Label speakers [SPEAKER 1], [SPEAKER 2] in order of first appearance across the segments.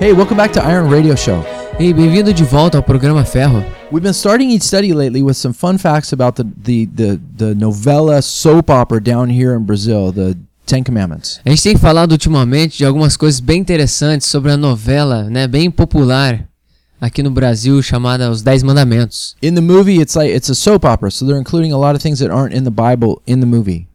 [SPEAKER 1] Hey, welcome back to Iron Radio Show.
[SPEAKER 2] Ei, bem-vindo de volta ao programa Ferro.
[SPEAKER 1] We've been starting each study lately with some fun facts about the, the, the, the novella soap opera down here in Brazil, the Ten Commandments.
[SPEAKER 2] A gente tem falado ultimamente de algumas coisas bem interessantes sobre a novela, né, bem popular aqui no Brasil chamada Os Dez Mandamentos.
[SPEAKER 1] In the movie, it's like it's a soap opera, so they're including a lot of things that aren't in the Bible in the movie.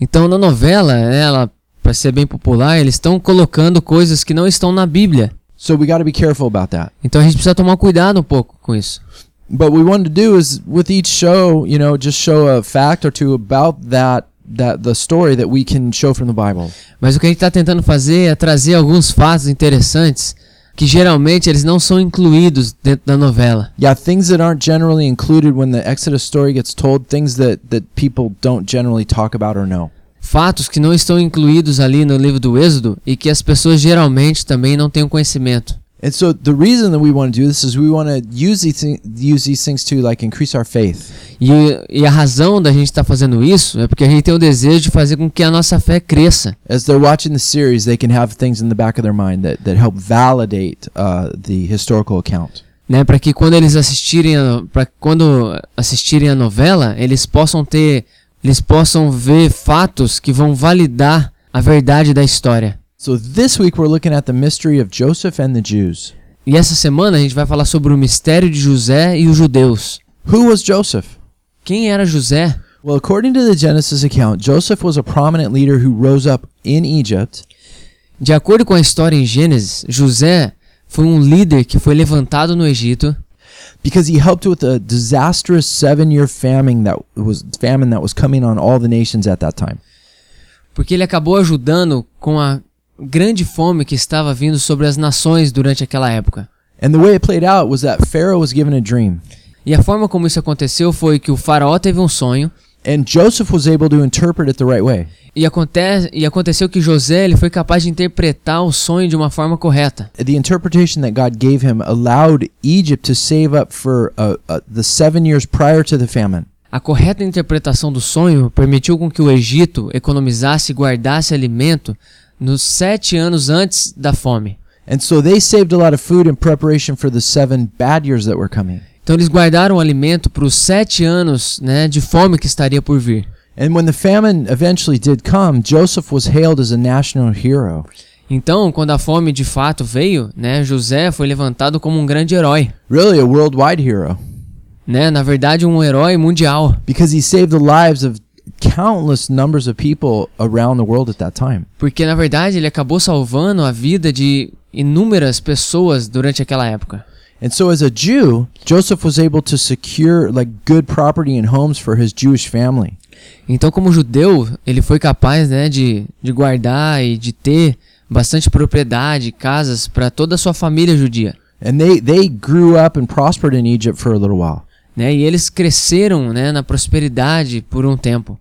[SPEAKER 2] Então, na novela, né, ela para ser bem popular, eles estão colocando coisas que não estão na Bíblia.
[SPEAKER 1] So we got to be careful about that.
[SPEAKER 2] Então a gente precisa tomar cuidado um pouco com isso.
[SPEAKER 1] But what we wanted to do is with each show, you know, just show a fact or two about that that the story that we can show from the Bible.
[SPEAKER 2] Mas o que a gente está tentando fazer é trazer alguns fatos interessantes que geralmente eles não são incluídos dentro da novela.
[SPEAKER 1] Yeah, things that aren't generally included when the Exodus story gets told, things that that people don't generally talk about or know.
[SPEAKER 2] Fatos que não estão incluídos ali no livro do Êxodo e que as pessoas geralmente também não têm conhecimento.
[SPEAKER 1] And so the reason that we want to do this is we want to use these thi- use these things to like increase our faith.
[SPEAKER 2] E, e a razão da gente estar fazendo isso é porque a gente tem o desejo de fazer com que a nossa fé cresça.
[SPEAKER 1] As they're watching the series, they can have things in the back of their mind that that help validate uh, the historical account.
[SPEAKER 2] né, para que quando eles assistirem, para quando assistirem a novela, eles possam ter, eles possam ver fatos que vão validar a verdade da história.
[SPEAKER 1] So this week we're looking at the mystery of Joseph and the Jews.
[SPEAKER 2] E essa semana a gente vai falar sobre o mistério de José e os judeus.
[SPEAKER 1] Who was Joseph?
[SPEAKER 2] Quem era José?
[SPEAKER 1] Well, according to the Genesis account, Joseph was a prominent leader who rose up in Egypt
[SPEAKER 2] De acordo com a história em Gênesis, José foi um líder que foi levantado no Egito
[SPEAKER 1] because he helped with a disastrous seven-year famine that was famine that was coming on all the nations at that time.
[SPEAKER 2] porque ele acabou ajudando com a grande fome que estava vindo sobre as nações durante aquela época.
[SPEAKER 1] And the way it played out was that Pharaoh was given a dream,
[SPEAKER 2] E a forma como isso aconteceu foi que o faraó teve um sonho
[SPEAKER 1] and Joseph was able to interpret it the right way.
[SPEAKER 2] E, aconte- e aconteceu que José ele foi capaz de interpretar o sonho de uma forma correta.
[SPEAKER 1] The interpretation that God gave him allowed Egypt to save up for uh, uh, the seven years prior to the famine.
[SPEAKER 2] A correta interpretação do sonho permitiu com que o Egito economizasse e guardasse alimento nos sete anos antes da fome.
[SPEAKER 1] And so they saved a lot of food in preparation for the seven bad years that were coming.
[SPEAKER 2] Então eles guardaram o alimento para os sete anos né, de fome que estaria por vir.
[SPEAKER 1] And when the famine eventually did come, Joseph was hailed as a national hero.
[SPEAKER 2] Então, quando a fome de fato veio, né, José foi levantado como um grande herói.
[SPEAKER 1] Really, a worldwide hero.
[SPEAKER 2] Né? Na verdade, um herói mundial.
[SPEAKER 1] Because he saved the lives of countless numbers of people around the world at that time.
[SPEAKER 2] Porque na verdade ele acabou salvando a vida de inúmeras pessoas durante aquela época.
[SPEAKER 1] And so, as a Jew, Joseph was able to secure like good property and homes for his Jewish family.
[SPEAKER 2] Então, como judeu, ele foi capaz né, de, de guardar e de ter bastante propriedade, casas para toda a sua família judia.
[SPEAKER 1] And they, they grew up and prospered in Egypt for a little while.
[SPEAKER 2] Né? E eles cresceram né, na prosperidade por um tempo.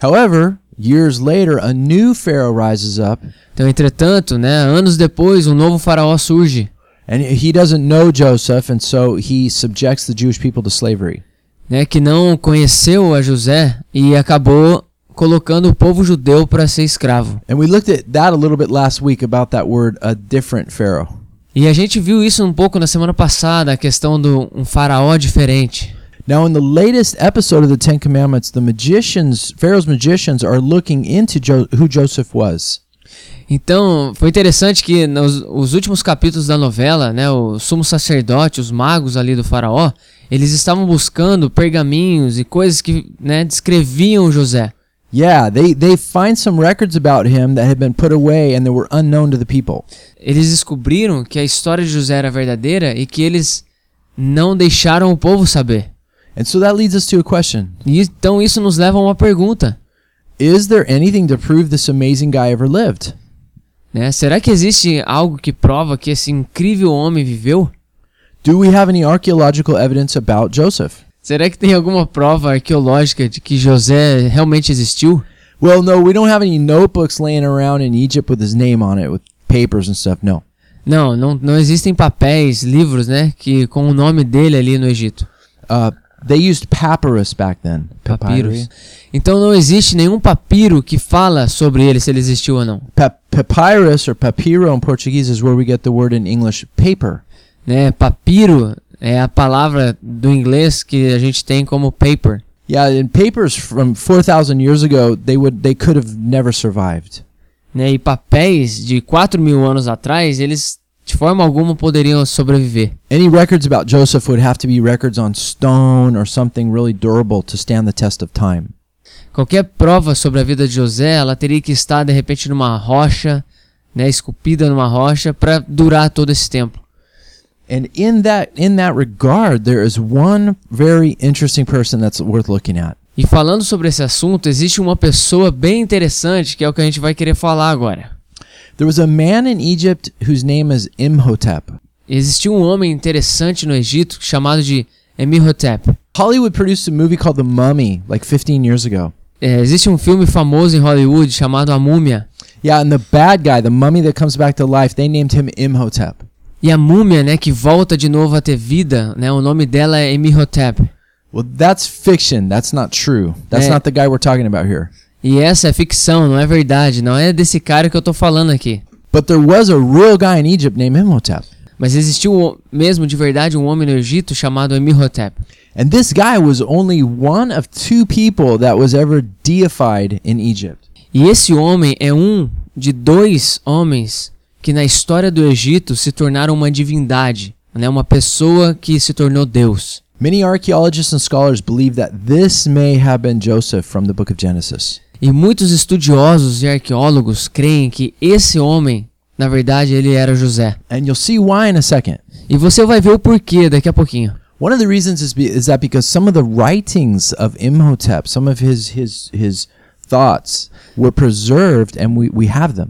[SPEAKER 1] However, years later, a new Pharaoh rises up,
[SPEAKER 2] Então, entretanto, né, anos depois, um novo faraó surge.
[SPEAKER 1] and he doesn't know Joseph, and so he subjects the Jewish people to slavery.
[SPEAKER 2] Né, que não conheceu a José e acabou colocando o povo judeu para ser escravo.
[SPEAKER 1] And we looked at that a little bit last week about that word, a different Pharaoh.
[SPEAKER 2] E a gente viu isso um pouco na semana passada, a questão do um faraó diferente.
[SPEAKER 1] Now, in the latest episode of the Ten Commandments, the magicians, Pharaoh's magicians, are looking into jo- who Joseph was.
[SPEAKER 2] Então, foi interessante que nos os últimos capítulos da novela, né, o sumo sacerdote, os magos ali do faraó, eles estavam buscando pergaminhos e coisas que né, descreviam José.
[SPEAKER 1] Yeah, they, they find some records about him that had been put away and that were unknown to the people.
[SPEAKER 2] Eles descobriram que a história de José era verdadeira e que eles não deixaram o povo saber.
[SPEAKER 1] And so that leads us to a question
[SPEAKER 2] E, então, isso nos leva a uma pergunta.
[SPEAKER 1] Is there anything to prove this amazing guy ever lived?
[SPEAKER 2] Né? Será que existe algo que prova que esse incrível homem viveu?
[SPEAKER 1] Do we have any archaeological evidence about Joseph?
[SPEAKER 2] Será que tem alguma prova arqueológica de que José realmente existiu?
[SPEAKER 1] Well, no, we don't have any notebooks laying around in Egypt with his name on it, with papers and stuff, no.
[SPEAKER 2] Não, não, não existem papéis, livros, né, que com o nome dele ali no Egito.
[SPEAKER 1] Uh, they used papyrus back then.
[SPEAKER 2] Papiros. Então não existe nenhum papiro que fala sobre ele, se ele existiu ou não.
[SPEAKER 1] Pa- papyrus or papiro in Portuguese is where we get the word in English paper.
[SPEAKER 2] Né? Papiro é a palavra do inglês que a gente tem como paper.
[SPEAKER 1] Yeah, and papers from 4,000 years ago, they would they could have never survived.
[SPEAKER 2] Né? E papéis de 4 mil anos atrás, eles de forma alguma poderiam sobreviver.
[SPEAKER 1] Any records about Joseph would have to be records on stone or something really durable to stand the test of time.
[SPEAKER 2] Qualquer prova sobre a vida de José, ela teria que estar de repente numa rocha, né, esculpida numa rocha, para durar todo esse tempo.
[SPEAKER 1] And in that in that regard, there is one very interesting person that's worth looking at.
[SPEAKER 2] E falando sobre esse assunto, existe uma pessoa bem interessante que é o que a gente vai querer falar agora.
[SPEAKER 1] There was a man in Egypt whose name is Imhotep.
[SPEAKER 2] Existia um homem interessante no Egito chamado de Emirhotep.
[SPEAKER 1] Hollywood produced a movie called The Mummy like 15 years ago.
[SPEAKER 2] É, existe um filme famoso em Hollywood chamado A Múmia.
[SPEAKER 1] Yeah, and the bad guy, the mummy that comes back to life, they named him Imhotep.
[SPEAKER 2] E a múmia, né, que volta de novo a ter vida, né, o nome dela é Emirhotep.
[SPEAKER 1] Well, that's fiction. That's not true. That's
[SPEAKER 2] Yeah.
[SPEAKER 1] not the guy we're talking about here.
[SPEAKER 2] E essa é ficção, não é verdade, não é desse cara que eu tô falando aqui.
[SPEAKER 1] But there was a real guy in Egypt named Imhotep.
[SPEAKER 2] Mas existiu mesmo de verdade um homem no Egito chamado Emirhotep.
[SPEAKER 1] And this guy was only one of two people that was ever deified in Egypt.
[SPEAKER 2] E esse homem é um de dois homens que na história do Egito se tornaram uma divindade, né? uma pessoa que se tornou Deus.
[SPEAKER 1] Many archaeologists and scholars believe that this may have been Joseph from the book of Genesis.
[SPEAKER 2] E muitos estudiosos e arqueólogos creem que esse homem, na verdade, ele era José.
[SPEAKER 1] And you'll see why in a second.
[SPEAKER 2] E você vai ver o porquê daqui a pouquinho.
[SPEAKER 1] One of the reasons is, be, is that because some of the writings of Imhotep, some of his his his thoughts were preserved, and we, we have them.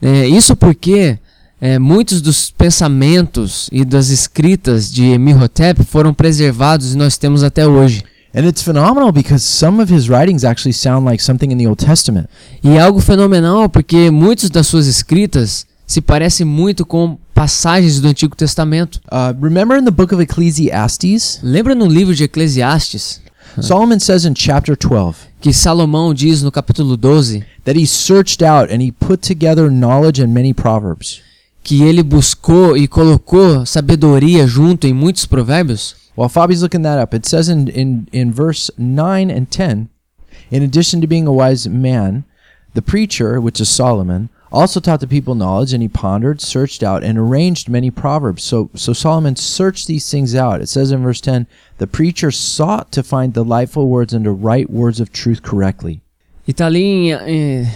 [SPEAKER 2] É, isso porque é, muitos dos pensamentos e das escritas de Emirhotep foram preservados e nós temos até hoje.
[SPEAKER 1] And it's phenomenal because some of his writings actually sound like something in the Old Testament.
[SPEAKER 2] E é algo fenomenal porque muitas das suas escritas se parecem muito com passagens do Antigo Testamento.
[SPEAKER 1] Uh, remember in the book of Ecclesiastes,
[SPEAKER 2] Lembra no livro de Eclesiastes
[SPEAKER 1] Solomon says in chapter 12
[SPEAKER 2] que Salomão diz no capítulo 12
[SPEAKER 1] that he searched out and he put together knowledge and many proverbs,
[SPEAKER 2] que ele buscou e colocou sabedoria junto em muitos provérbios?
[SPEAKER 1] While Fabi's looking that up, it says in, in, in verse 9 and 10 In addition to being a wise man, the preacher, which is Solomon, also taught the people knowledge, and he pondered, searched out, and arranged many proverbs. So, so Solomon searched these things out. It says in verse 10 The preacher sought to find delightful words and to write words of truth correctly.
[SPEAKER 2] E tá ali em, eh,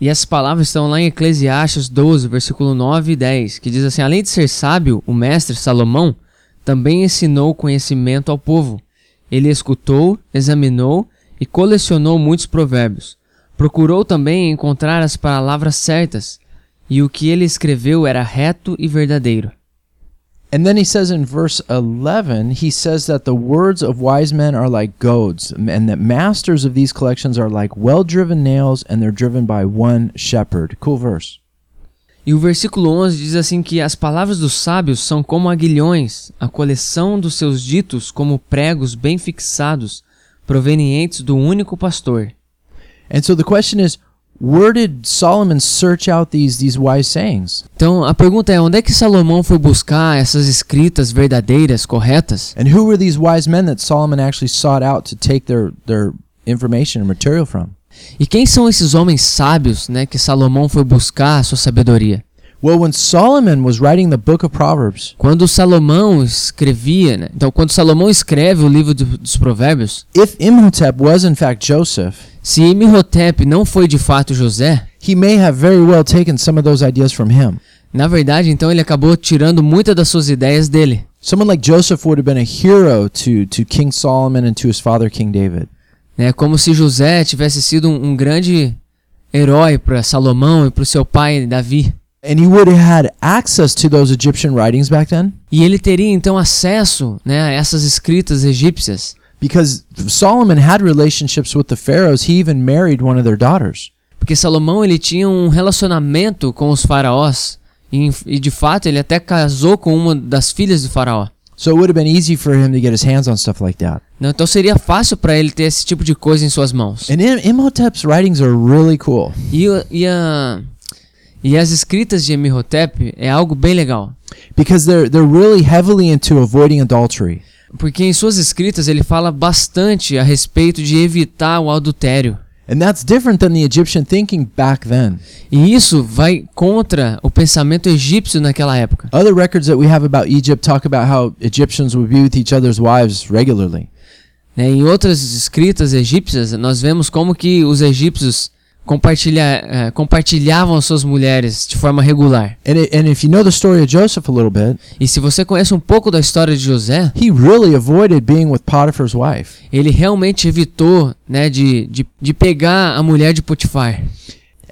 [SPEAKER 2] e essas palavras estão lá em Eclesiastes 12, versículo 9 e 10, que diz assim: Além de ser sábio, o mestre Salomão também ensinou conhecimento ao povo. Ele escutou, examinou e colecionou muitos provérbios. Procurou também encontrar as palavras certas, e o que ele escreveu era reto e verdadeiro.
[SPEAKER 1] And then he says in verse 11, he says that the words of wise men are like goads, and that masters of these collections are like well driven nails, and they're driven by one shepherd. Cool verse.
[SPEAKER 2] E o versículo 11 diz assim que as palavras dos sábios são como aguilhões, a coleção dos seus ditos como pregos bem fixados, provenientes do único pastor.
[SPEAKER 1] And so the question is where did Solomon search out these, these wise sayings?
[SPEAKER 2] Então a pergunta é: onde é que Salomão foi buscar essas escritas verdadeiras, corretas?
[SPEAKER 1] And who were these wise men that Solomon actually sought out to take their, their information and material from?
[SPEAKER 2] E quem são esses homens sábios né, que Salomão foi buscar a sua sabedoria?
[SPEAKER 1] Well, when Solomon was writing the book of Proverbs,
[SPEAKER 2] Quando Salomão escrevia, né? então quando Salomão escreve o livro do- dos Provérbios,
[SPEAKER 1] if Imhotep was in fact Joseph,
[SPEAKER 2] se Emirhotep não foi de fato José,
[SPEAKER 1] he may have very well taken some of those ideas from him.
[SPEAKER 2] Na verdade, então ele acabou tirando muitas das suas ideias dele.
[SPEAKER 1] Someone like Joseph would have been a hero to, to King Solomon and to his father, King David.
[SPEAKER 2] Né? Como se José tivesse sido um, um grande herói para Salomão e para o seu pai Davi.
[SPEAKER 1] And he would have had access to those Egyptian writings back then
[SPEAKER 2] E ele teria então acesso né, a essas escritas egípcias.
[SPEAKER 1] because Solomon had relationships with the pharaohs. He even married one of their daughters.
[SPEAKER 2] Porque Salomão ele tinha um relacionamento com os faraós. E, em- e de fato ele até casou com uma das filhas do faraó.
[SPEAKER 1] So it would have been easy for him to get his hands on stuff like that.
[SPEAKER 2] Não, então seria fácil para ele ter esse tipo de coisa em suas mãos.
[SPEAKER 1] And Im- Imhotep's writings are really cool.
[SPEAKER 2] E, o- e a- e as escritas de Emirhotep é algo bem legal.
[SPEAKER 1] because they're they're really heavily into avoiding adultery.
[SPEAKER 2] Porque em suas escritas ele fala bastante a respeito de evitar o adultério.
[SPEAKER 1] And that's different than the Egyptian thinking back then.
[SPEAKER 2] E isso vai contra o pensamento egípcio naquela época.
[SPEAKER 1] Other records that we have about Egypt talk about how Egyptians would be with each other's wives regularly.
[SPEAKER 2] né? Em outras escritas egípcias, nós vemos como que os egípcios compartilha, eh, compartilhavam suas mulheres de forma regular.
[SPEAKER 1] And it, and if you know the story of Joseph a little bit,
[SPEAKER 2] E se você conhece um pouco da história de José,
[SPEAKER 1] he really avoided being with Potiphar's wife.
[SPEAKER 2] ele realmente evitou né, de, de, de pegar a mulher de Potifar.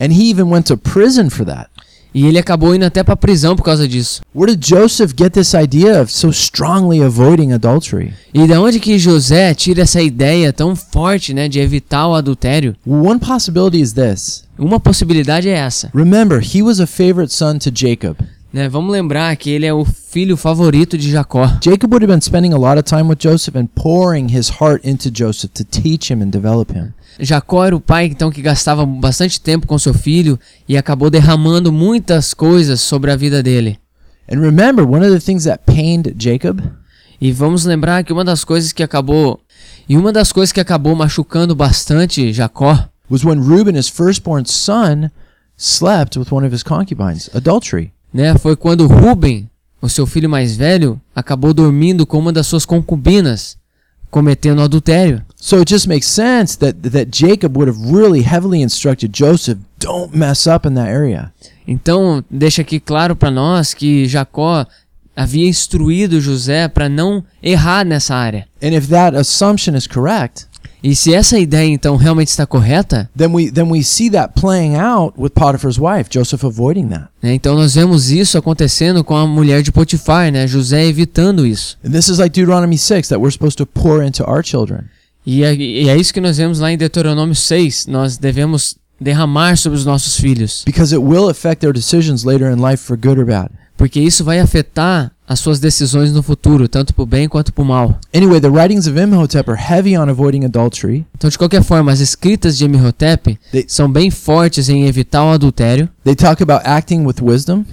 [SPEAKER 1] And he even went to prison for that.
[SPEAKER 2] E ele acabou indo até para prisão por causa disso.
[SPEAKER 1] Where did Joseph get this idea of so strongly avoiding adultery?
[SPEAKER 2] E da onde que José tira essa ideia tão forte né, de evitar o adultério?
[SPEAKER 1] One possibility is this.
[SPEAKER 2] Uma possibilidade é essa.
[SPEAKER 1] Remember, he was a favorite son to Jacob.
[SPEAKER 2] Né? Vamos lembrar que ele é o filho favorito de Jacó.
[SPEAKER 1] Jacob would have been spending a lot of time with Joseph and pouring his heart into Joseph to teach him and develop him.
[SPEAKER 2] Jacó era o pai então que gastava bastante tempo com seu filho e acabou derramando muitas coisas sobre a vida dele.
[SPEAKER 1] And remember, one of the things that pained Jacob
[SPEAKER 2] E vamos lembrar que uma das coisas que acabou e uma das coisas que acabou machucando bastante Jacó
[SPEAKER 1] was when Reuben, his firstborn son, slept with one of his concubines, adultery.
[SPEAKER 2] né, foi quando Ruben, o seu filho mais velho, acabou dormindo com uma das suas concubinas, cometendo adultério.
[SPEAKER 1] So it just makes sense that that Jacob would have really heavily instructed Joseph, don't mess up in that area.
[SPEAKER 2] Então, deixa aqui claro para nós que Jacó havia instruído José para não errar nessa área.
[SPEAKER 1] And if that assumption is correct,
[SPEAKER 2] E se essa ideia então realmente está correta,
[SPEAKER 1] then we then we see that playing out with Potiphar's wife, Joseph avoiding that.
[SPEAKER 2] né, então nós vemos isso acontecendo com a mulher de Potifar, né, José evitando isso.
[SPEAKER 1] And this is like Deuteronomy 6 that we're supposed to pour into our children.
[SPEAKER 2] E é, e é isso que nós vemos lá em Deuteronômio 6, nós devemos derramar sobre os nossos filhos,
[SPEAKER 1] because it will affect their decisions later in life for good or bad.
[SPEAKER 2] porque isso vai afetar as suas decisões no futuro, tanto para o bem quanto para o mal.
[SPEAKER 1] Anyway, the writings of Imhotep are heavy on avoiding adultery.
[SPEAKER 2] Então, de qualquer forma, as escritas de Emirhotep
[SPEAKER 1] They-
[SPEAKER 2] são bem fortes em evitar o adultério.
[SPEAKER 1] They talk about acting with wisdom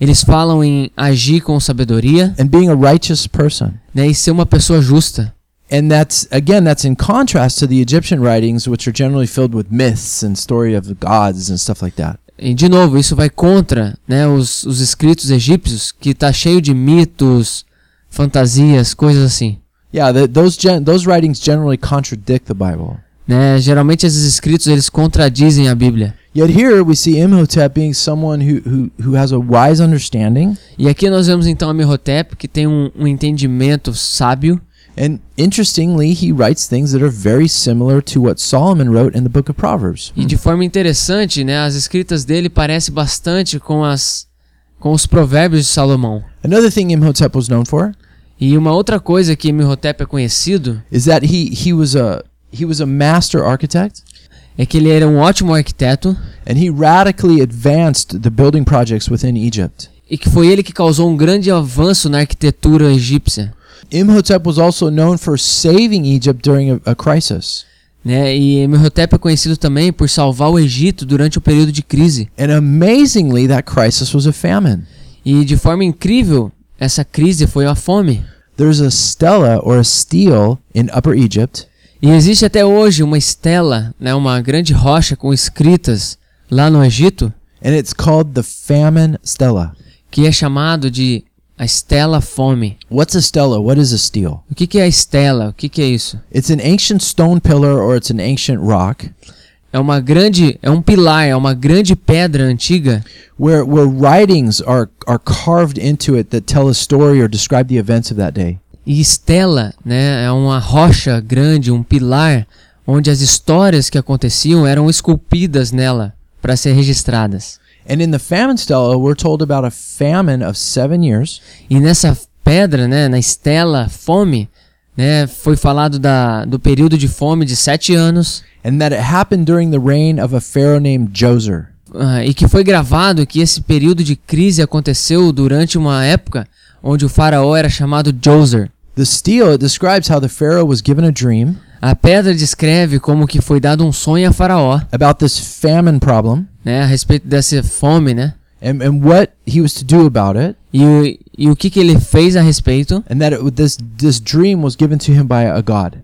[SPEAKER 2] Eles falam em agir com sabedoria
[SPEAKER 1] and being a righteous person.
[SPEAKER 2] né, e ser uma pessoa justa.
[SPEAKER 1] And that's again that's in contrast to the Egyptian writings which are generally filled with myths and story of the gods and stuff like that.
[SPEAKER 2] E, de novo, isso vai contra né, os, os escritos egípcios, que tá cheio de mitos, fantasias, coisas assim.
[SPEAKER 1] Yeah, th those gen- those writings generally contradict the Bible.
[SPEAKER 2] Né? Geralmente, esses escritos eles contradizem a Bíblia.
[SPEAKER 1] Yet here we see Imhotep being someone who who, who has a wise understanding
[SPEAKER 2] E aqui nós vemos então Amirhotep, que tem um, um entendimento sábio.
[SPEAKER 1] And interestingly, he writes things that are very similar to what Solomon wrote in the book of Proverbs.
[SPEAKER 2] E de forma interessante, né, as escritas dele parecem bastante com, as, com os provérbios de Salomão.
[SPEAKER 1] Another thing Imhotep was known for
[SPEAKER 2] E uma outra coisa que Amirhotep é conhecido
[SPEAKER 1] is that he he was a he was a master architect
[SPEAKER 2] é que ele era um ótimo arquiteto
[SPEAKER 1] and he radically advanced the building projects within Egypt.
[SPEAKER 2] e que foi ele que causou um grande avanço na arquitetura egípcia.
[SPEAKER 1] Imhotep was also known for saving Egypt during a, a crisis.
[SPEAKER 2] Né? E Amirhotep é conhecido também por salvar o Egito durante o período de crise.
[SPEAKER 1] And amazingly, that crisis was a famine.
[SPEAKER 2] E de forma incrível, essa crise foi a fome.
[SPEAKER 1] There's a stela or a stele in Upper Egypt
[SPEAKER 2] E existe até hoje uma estela, né, uma grande rocha com escritas lá no Egito,
[SPEAKER 1] and it's called the famine stela.
[SPEAKER 2] que é chamado de a Estela Fome.
[SPEAKER 1] What's a stela? What is a stele?
[SPEAKER 2] O que, que é a estela? O que, que é isso?
[SPEAKER 1] It's an ancient stone pillar or it's an ancient rock
[SPEAKER 2] É uma grande, é um pilar, é uma grande pedra antiga
[SPEAKER 1] where where writings are are carved into it that tell a story or describe the events of that day.
[SPEAKER 2] E estela, né, é uma rocha grande, um pilar, onde as histórias que aconteciam eram esculpidas nela para ser registradas.
[SPEAKER 1] And in the famine stela, we're told about a famine of 7 years
[SPEAKER 2] E nessa pedra, né, na estela fome, né, foi falado da, do período de fome de sete anos
[SPEAKER 1] and that it happened during the reign of a pharaoh named Djoser.
[SPEAKER 2] ah, e que foi gravado que esse período de crise aconteceu durante uma época onde o faraó era chamado Djoser.
[SPEAKER 1] The stele describes how the Pharaoh was given a dream
[SPEAKER 2] A pedra descreve como que foi dado um sonho a faraó,
[SPEAKER 1] about this famine problem
[SPEAKER 2] né, a respeito dessa fome, né?
[SPEAKER 1] and, and what he was to do about it,
[SPEAKER 2] E o, e o que que ele fez a respeito
[SPEAKER 1] and that it, this, this dream was given to him by a god.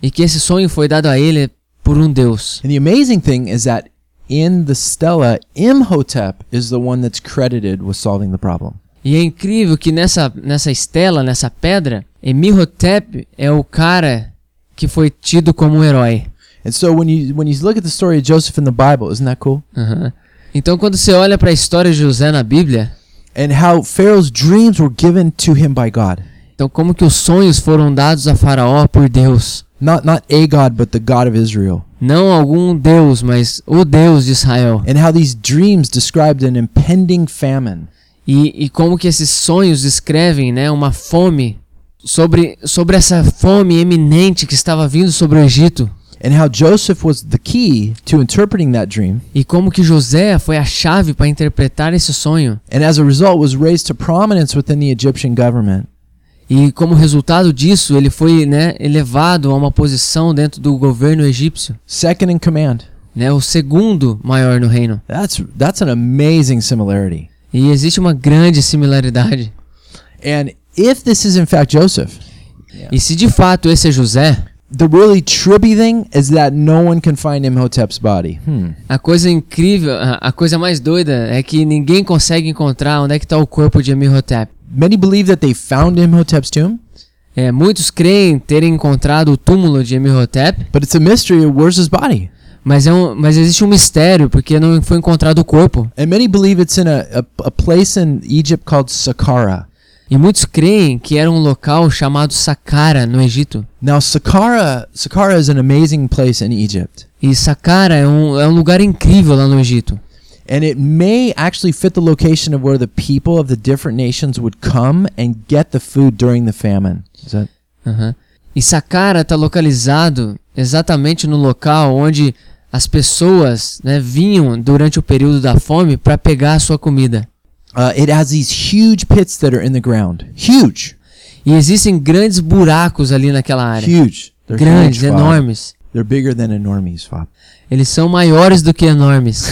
[SPEAKER 2] e que esse sonho foi dado a ele por um deus.
[SPEAKER 1] And the amazing thing is that in the stela, Imhotep is the one that's credited with solving the problem.
[SPEAKER 2] E é incrível que nessa, nessa estela, nessa pedra, Emirhotep é o cara que foi tido como um herói.
[SPEAKER 1] And so when you when you look at the story of Joseph in the Bible, isn't that cool?
[SPEAKER 2] Aham. Então quando você olha para a história de José na Bíblia,
[SPEAKER 1] And how Pharaoh's dreams were given to him by God.
[SPEAKER 2] então como que os sonhos foram dados a Faraó por Deus?
[SPEAKER 1] Not not a god, but the God of Israel.
[SPEAKER 2] Não algum Deus, mas o Deus de Israel.
[SPEAKER 1] And how these dreams described an impending famine.
[SPEAKER 2] E, e como que esses sonhos descrevem, né, uma fome sobre sobre essa fome eminente que estava vindo sobre o Egito.
[SPEAKER 1] And how Joseph was the key to interpreting that dream,
[SPEAKER 2] E como que José foi a chave para interpretar esse sonho.
[SPEAKER 1] and as a result was raised to prominence within the Egyptian government.
[SPEAKER 2] E como resultado disso, ele foi né, elevado a uma posição dentro do governo egípcio,
[SPEAKER 1] Second in command.
[SPEAKER 2] né, o segundo maior no reino.
[SPEAKER 1] That's that's an amazing similarity.
[SPEAKER 2] E existe uma grande similaridade.
[SPEAKER 1] And if this is in fact Joseph,
[SPEAKER 2] E se de fato esse é José,
[SPEAKER 1] the really trippy thing is that no one can find Imhotep's body. Hmm.
[SPEAKER 2] a coisa incrível, a, a coisa mais doida é que ninguém consegue encontrar onde é que está o corpo de Amirhotep.
[SPEAKER 1] Many believe that they found Imhotep's tomb,
[SPEAKER 2] É, muitos creem terem encontrado o túmulo de Amirhotep,
[SPEAKER 1] but it's a mystery of where's his body.
[SPEAKER 2] mas, é um, mas existe um mistério, porque não foi encontrado o corpo.
[SPEAKER 1] And many believe it's in a, a, a place in Egypt called Saqqara.
[SPEAKER 2] E muitos creem que era um local chamado Saqqara, no Egito.
[SPEAKER 1] Now Saqqara, Saqqara is an amazing place in Egypt,
[SPEAKER 2] E Saqqara é um, é um lugar incrível lá no Egito.
[SPEAKER 1] and it may actually fit the location of where the people of the different nations would come and get the food during the famine. Is that
[SPEAKER 2] Aham. E Saqqara está localizado exatamente no local onde as pessoas né, vinham durante o período da fome para pegar a sua comida.
[SPEAKER 1] Uh, it has these huge pits that are in the ground. Huge.
[SPEAKER 2] E existem grandes buracos ali naquela área.
[SPEAKER 1] Huge. They're
[SPEAKER 2] Grandes,
[SPEAKER 1] huge, Fab.
[SPEAKER 2] enormes.
[SPEAKER 1] They're bigger than enormes, Fab.
[SPEAKER 2] Eles são maiores do que enormes.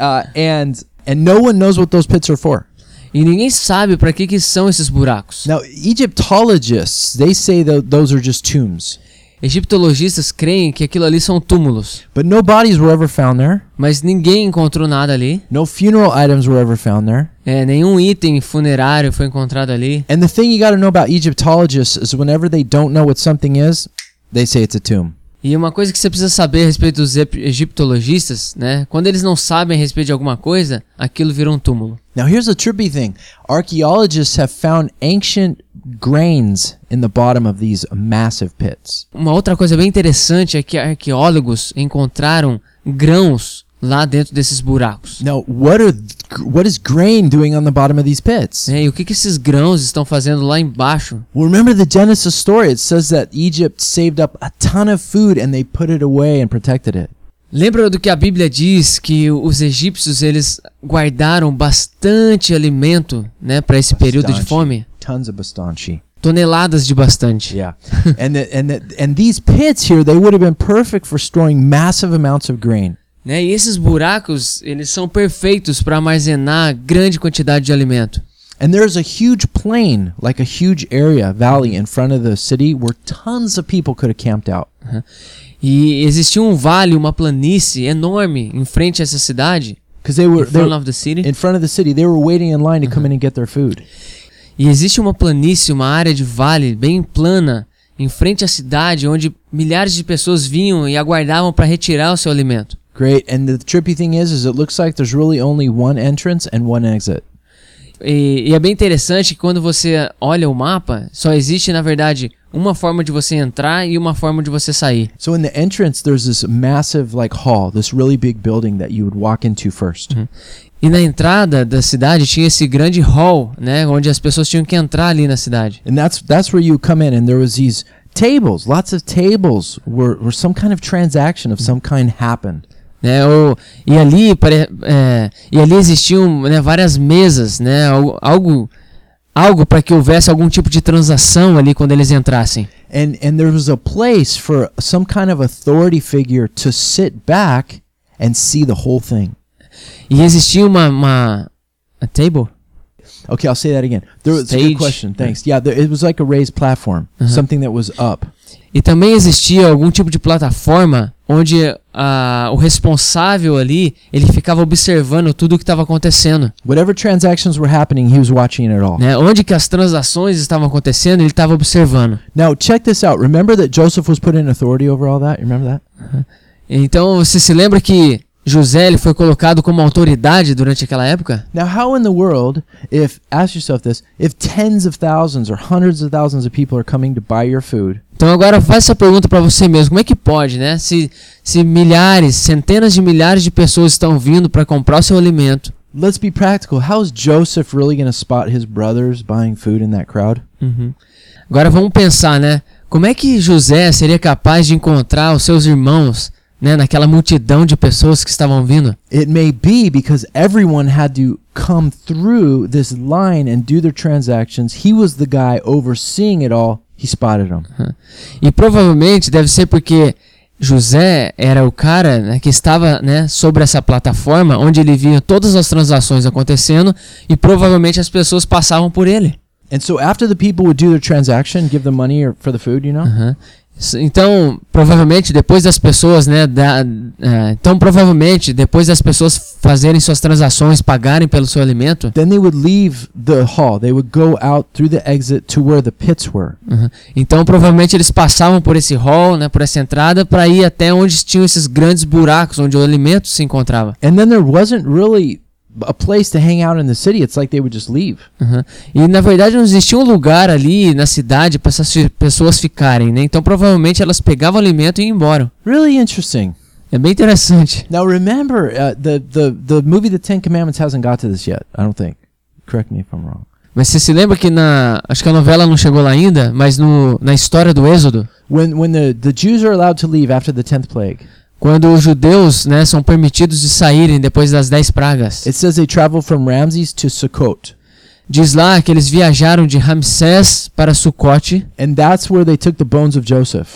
[SPEAKER 1] Uh, and and no one knows what those pits are for.
[SPEAKER 2] e ninguém sabe para que, que são esses buracos.
[SPEAKER 1] Now, Egyptologists, they say that those are just tombs.
[SPEAKER 2] Egiptologistas creem que aquilo ali são túmulos.
[SPEAKER 1] But no bodies were ever found there.
[SPEAKER 2] Mas ninguém encontrou nada ali.
[SPEAKER 1] No funeral items were ever found there.
[SPEAKER 2] É, nenhum item funerário foi encontrado ali.
[SPEAKER 1] And the thing you got to know about Egyptologists is whenever they don't know what something is, they say it's a tomb.
[SPEAKER 2] E uma coisa que você precisa saber a respeito dos ep- egiptologistas, né? Quando eles não sabem a respeito de alguma coisa, aquilo vira um túmulo.
[SPEAKER 1] Now, here's a trippy thing. Archaeologists have found ancient grains in the bottom of these massive pits.
[SPEAKER 2] Uma outra coisa bem interessante é que arqueólogos encontraram grãos lá dentro desses buracos.
[SPEAKER 1] Now, what are what is grain doing on the bottom of these pits?
[SPEAKER 2] É, e o que, que esses grãos estão fazendo lá embaixo?
[SPEAKER 1] Well, remember the Genesis story. It says that Egypt saved up a ton of food and they put it away and protected it.
[SPEAKER 2] Lembra do que a Bíblia diz que os egípcios eles guardaram bastante alimento, né, para esse período de
[SPEAKER 1] Bastante.
[SPEAKER 2] fome?
[SPEAKER 1] Tons of bastanchi.
[SPEAKER 2] Toneladas de bastante.
[SPEAKER 1] Yeah, and the, and the, and these pits here they would have been perfect for storing massive amounts of grain.
[SPEAKER 2] Né? E esses buracos, eles são perfeitos para armazenar grande quantidade de alimento.
[SPEAKER 1] And there's a huge plain, like a huge area valley in front of the city where tons of people could have camped out.
[SPEAKER 2] E existia um vale, uma planície enorme em frente a essa cidade,
[SPEAKER 1] Because they were
[SPEAKER 2] in
[SPEAKER 1] they
[SPEAKER 2] front
[SPEAKER 1] were
[SPEAKER 2] of the city. Uh-huh.
[SPEAKER 1] in front of the city, they were waiting in line to come in and get their food.
[SPEAKER 2] E existe uma planície, uma área de vale bem plana em frente à cidade onde milhares de pessoas vinham e aguardavam para retirar o seu alimento.
[SPEAKER 1] Great. And the trippy thing is, is it looks like there's really only one entrance and one exit.
[SPEAKER 2] E, e é bem interessante que quando você olha o mapa, só existe na verdade uma forma de você entrar e uma forma de você sair.
[SPEAKER 1] So in the entrance, there's this massive like hall, this really big building that you would walk into 1st
[SPEAKER 2] E na entrada da cidade tinha esse grande hall, né, onde as pessoas tinham que entrar ali na cidade.
[SPEAKER 1] and that's that's where you come in. And there was these tables, lots of tables, where where some kind of transaction
[SPEAKER 2] Mm-hmm.
[SPEAKER 1] of some kind happened.
[SPEAKER 2] Né, ou, e ali pare- é, e ali existiam né, várias mesas, né, al- algo, algo para que houvesse algum tipo de transação ali quando eles entrassem.
[SPEAKER 1] and and there was a place for some kind of authority figure to sit back and see the whole thing.
[SPEAKER 2] E existia uma. uma a table?
[SPEAKER 1] Okay, I'll say that again. There was a
[SPEAKER 2] Stage.
[SPEAKER 1] good question. Thanks. Yeah, there, it was like a raised platform, something that was up.
[SPEAKER 2] E também existia algum tipo de plataforma onde ah, o responsável ali ele ficava observando tudo o que estava acontecendo.
[SPEAKER 1] Whatever transactions were happening, he was watching it all.
[SPEAKER 2] né? Onde que as transações estavam acontecendo, ele estava observando.
[SPEAKER 1] Now, check this out. Remember that Joseph was put in authority over all that? You remember that?
[SPEAKER 2] Então você se lembra que José ele foi colocado como autoridade durante aquela época?
[SPEAKER 1] Now, how in the world, if, ask yourself this, if tens of thousands or hundreds of thousands of people are coming to buy your food,
[SPEAKER 2] Então agora faz essa pergunta para você mesmo, como é que pode, né? Se, se milhares, centenas de milhares de pessoas estão vindo para comprar o seu alimento,
[SPEAKER 1] let's be practical. How is Joseph really going to spot his brothers buying food in that crowd?
[SPEAKER 2] Uhum. Agora vamos pensar, né? Como é que José seria capaz de encontrar os seus irmãos, né, naquela multidão de pessoas que estavam vindo?
[SPEAKER 1] It may be because everyone had to come through this line and do their transactions. He was the guy overseeing it all. He spotted them.
[SPEAKER 2] E provavelmente deve ser porque José era o cara né, que estava né, sobre essa plataforma onde ele via todas as transações acontecendo e provavelmente as pessoas passavam por ele.
[SPEAKER 1] And so after the people would do their transaction, give them money or for the food, you know,
[SPEAKER 2] Aham. S- Então, provavelmente depois das pessoas, né, da- eh, então provavelmente depois das pessoas fazerem suas transações, pagarem pelo seu alimento,
[SPEAKER 1] then they would leave the hall. They would go out through the exit to where the pits were.
[SPEAKER 2] Uhum. Então provavelmente eles passavam por esse hall, né, por essa entrada, para ir até onde tinham esses grandes buracos onde o alimento se encontrava.
[SPEAKER 1] And then there wasn't really a place to hang out in the city. It's like they would just leave.
[SPEAKER 2] Uhum. E na verdade não existia um lugar ali na cidade para essas fi- pessoas ficarem, né? Então provavelmente elas pegavam o alimento e iam embora.
[SPEAKER 1] Really interesting.
[SPEAKER 2] É bem interessante.
[SPEAKER 1] Now remember, uh, the the the movie The Ten Commandments hasn't got to this yet. I don't think. Correct me if I'm wrong.
[SPEAKER 2] Mas você se lembra que na, acho que a novela não chegou lá ainda, mas no, na história do Êxodo,
[SPEAKER 1] When when the the Jews are allowed to leave after the tenth plague,
[SPEAKER 2] quando os judeus, né, são permitidos de saírem depois das dez pragas,
[SPEAKER 1] it says they travel from Ramses to Sukkot,
[SPEAKER 2] diz lá que eles viajaram de Ramsés para Sucote.
[SPEAKER 1] and that's where they took the bones of Joseph.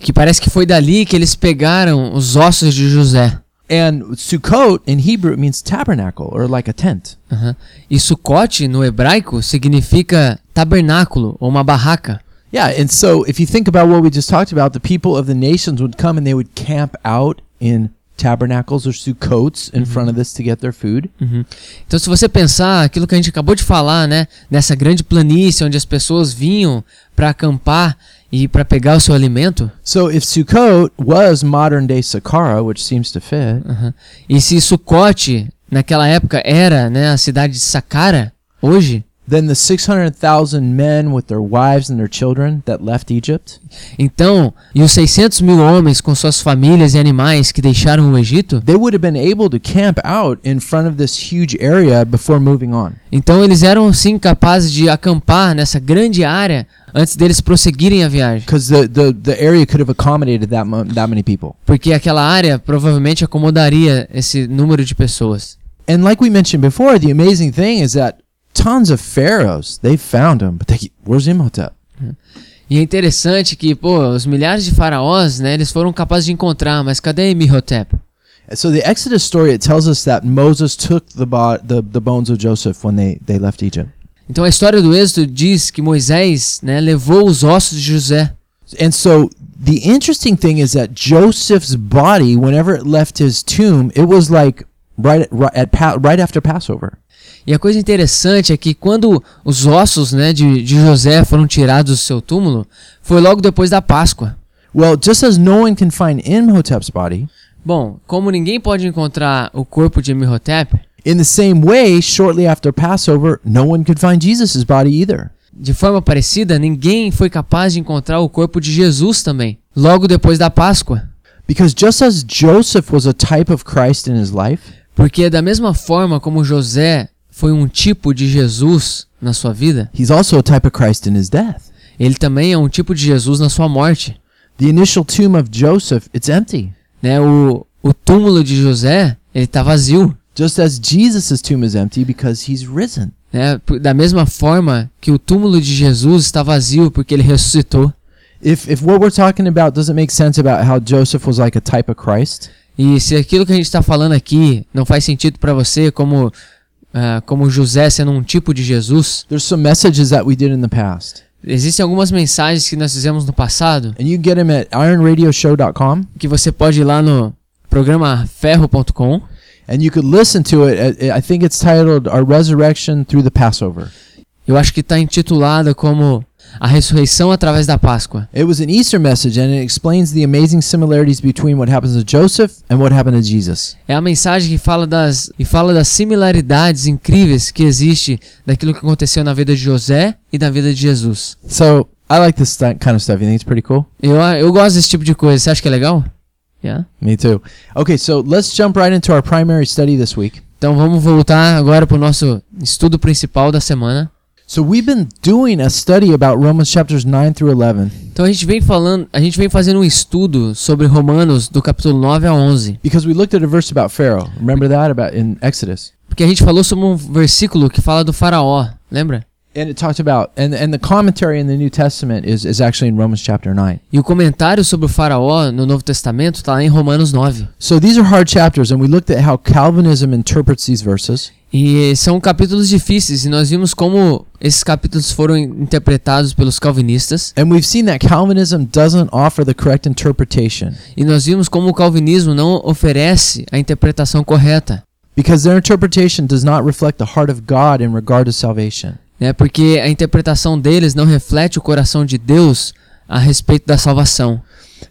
[SPEAKER 2] que parece que foi dali que eles pegaram os ossos de José.
[SPEAKER 1] And Sukkot in Hebrew it means tabernacle or like a tent.
[SPEAKER 2] Uhum. E Sucote, no hebraico, significa tabernáculo ou uma barraca.
[SPEAKER 1] Yeah, and so if you think about what we just talked about, the people of the nations would come and they would camp out in tabernacles or Sukkots in front of this to get their food.
[SPEAKER 2] Então, se você pensar aquilo que a gente acabou de falar, né, nessa grande planície onde as pessoas vinham para acampar e para pegar o seu alimento,
[SPEAKER 1] So if Sukkot was modern day Saqqara, which seems to fit,
[SPEAKER 2] uhum, e se Sucote naquela época era, né, a cidade de Saqqara, hoje,
[SPEAKER 1] then the 600,000 men with their wives and their children that left Egypt,
[SPEAKER 2] então, e os 600 mil homens com suas famílias e animais que deixaram o Egito,
[SPEAKER 1] they would have been able to camp out in front of this huge area before moving on.
[SPEAKER 2] Então eles eram sim capazes de acampar nessa grande área antes deles prosseguirem a viagem,
[SPEAKER 1] Because the, the, the area could have accommodated that, mu- that many people.
[SPEAKER 2] porque aquela área provavelmente acomodaria esse número de pessoas.
[SPEAKER 1] And like we mentioned before, the amazing thing is that tons of pharaohs, they found him, but they, where's Imhotep?
[SPEAKER 2] E é interessante que, pô, os milhares de faraós, né, eles foram capazes de encontrar, mas cadê Imhotep?
[SPEAKER 1] And So the Exodus story, it tells us that Moses took the, bo- the, the bones of Joseph when they, they left Egypt.
[SPEAKER 2] Então a história do Êxodo diz que Moisés, né, levou os ossos de José.
[SPEAKER 1] And so the interesting thing is that Joseph's body, whenever it left his tomb, it was like right at, right, at pa- right after Passover.
[SPEAKER 2] E a coisa interessante é que quando os ossos, né, de, de José foram tirados do seu túmulo, foi logo depois da Páscoa.
[SPEAKER 1] Well, just as no one can find Imhotep's body,
[SPEAKER 2] Bom, como ninguém pode encontrar o corpo de Imhotep,
[SPEAKER 1] in the same way, shortly after Passover, no one could find Jesus' body either.
[SPEAKER 2] de forma parecida, ninguém foi capaz de encontrar o corpo de Jesus também, logo depois da Páscoa.
[SPEAKER 1] Because just as Joseph was a type of Christ in his life,
[SPEAKER 2] Porque da mesma forma como José foi um tipo de Jesus na sua vida,
[SPEAKER 1] he's also a type of Christ in his death.
[SPEAKER 2] ele também é um tipo de Jesus na sua morte.
[SPEAKER 1] The initial tomb of Joseph, it's empty.
[SPEAKER 2] Né? O, o túmulo de José, ele tá vazio.
[SPEAKER 1] Just as Jesus' tomb is empty because he's risen.
[SPEAKER 2] né? Por- Da mesma forma que o túmulo de Jesus está vazio porque ele ressuscitou.
[SPEAKER 1] If if what we're talking about doesn't make sense about how Joseph was like a type of Christ,
[SPEAKER 2] E se aquilo que a gente está falando aqui não faz sentido para você, como, ah, como José sendo um tipo de Jesus,
[SPEAKER 1] there's some messages that we did in the past.
[SPEAKER 2] existem algumas mensagens que nós fizemos no passado
[SPEAKER 1] And you can get him at ironradioshow.com
[SPEAKER 2] que você pode ir lá no programa ferro.com
[SPEAKER 1] and you could listen to it. At, I think it's titled Our Resurrection Through the Passover.
[SPEAKER 2] Eu acho que está intitulada como A Ressurreição através da Páscoa.
[SPEAKER 1] It was an Easter message and it explains the amazing similarities between what happens to Joseph and what happened to Jesus.
[SPEAKER 2] É a mensagem que fala das e fala das similaridades incríveis que existe daquilo que aconteceu na vida de José e na vida de Jesus.
[SPEAKER 1] So I like this stu- kind of stuff. You think it's pretty cool?
[SPEAKER 2] Eu, eu gosto desse tipo de coisa. Você acha que é legal? Yeah.
[SPEAKER 1] Me too. Okay, so let's jump right into our primary study this week.
[SPEAKER 2] Então vamos voltar agora para o nosso estudo principal da semana.
[SPEAKER 1] So we've been doing a study about Romans chapters 9 through 11
[SPEAKER 2] Então a gente vem falando, a gente vem fazendo um estudo sobre Romanos do capítulo 9 a 11,
[SPEAKER 1] because we looked at a verse about Pharaoh. Remember that about in Exodus?
[SPEAKER 2] porque a gente falou sobre um versículo que fala do faraó, lembra?
[SPEAKER 1] And it talked about and and the commentary in the New Testament is is actually in Romans chapter 9.
[SPEAKER 2] E o comentário sobre o faraó no Novo Testamento está lá em Romanos 9.
[SPEAKER 1] So these are hard chapters and we looked at how Calvinism interprets these verses.
[SPEAKER 2] E são capítulos difíceis e nós vimos como esses capítulos foram in- interpretados pelos calvinistas
[SPEAKER 1] And we've seen that Calvinism doesn't offer the correct interpretation
[SPEAKER 2] e nós vimos como o calvinismo não oferece a interpretação correta,
[SPEAKER 1] because their interpretation does not reflect the heart of God in regard to salvation.
[SPEAKER 2] né? Porque a interpretação deles não reflete o coração de Deus a respeito da salvação.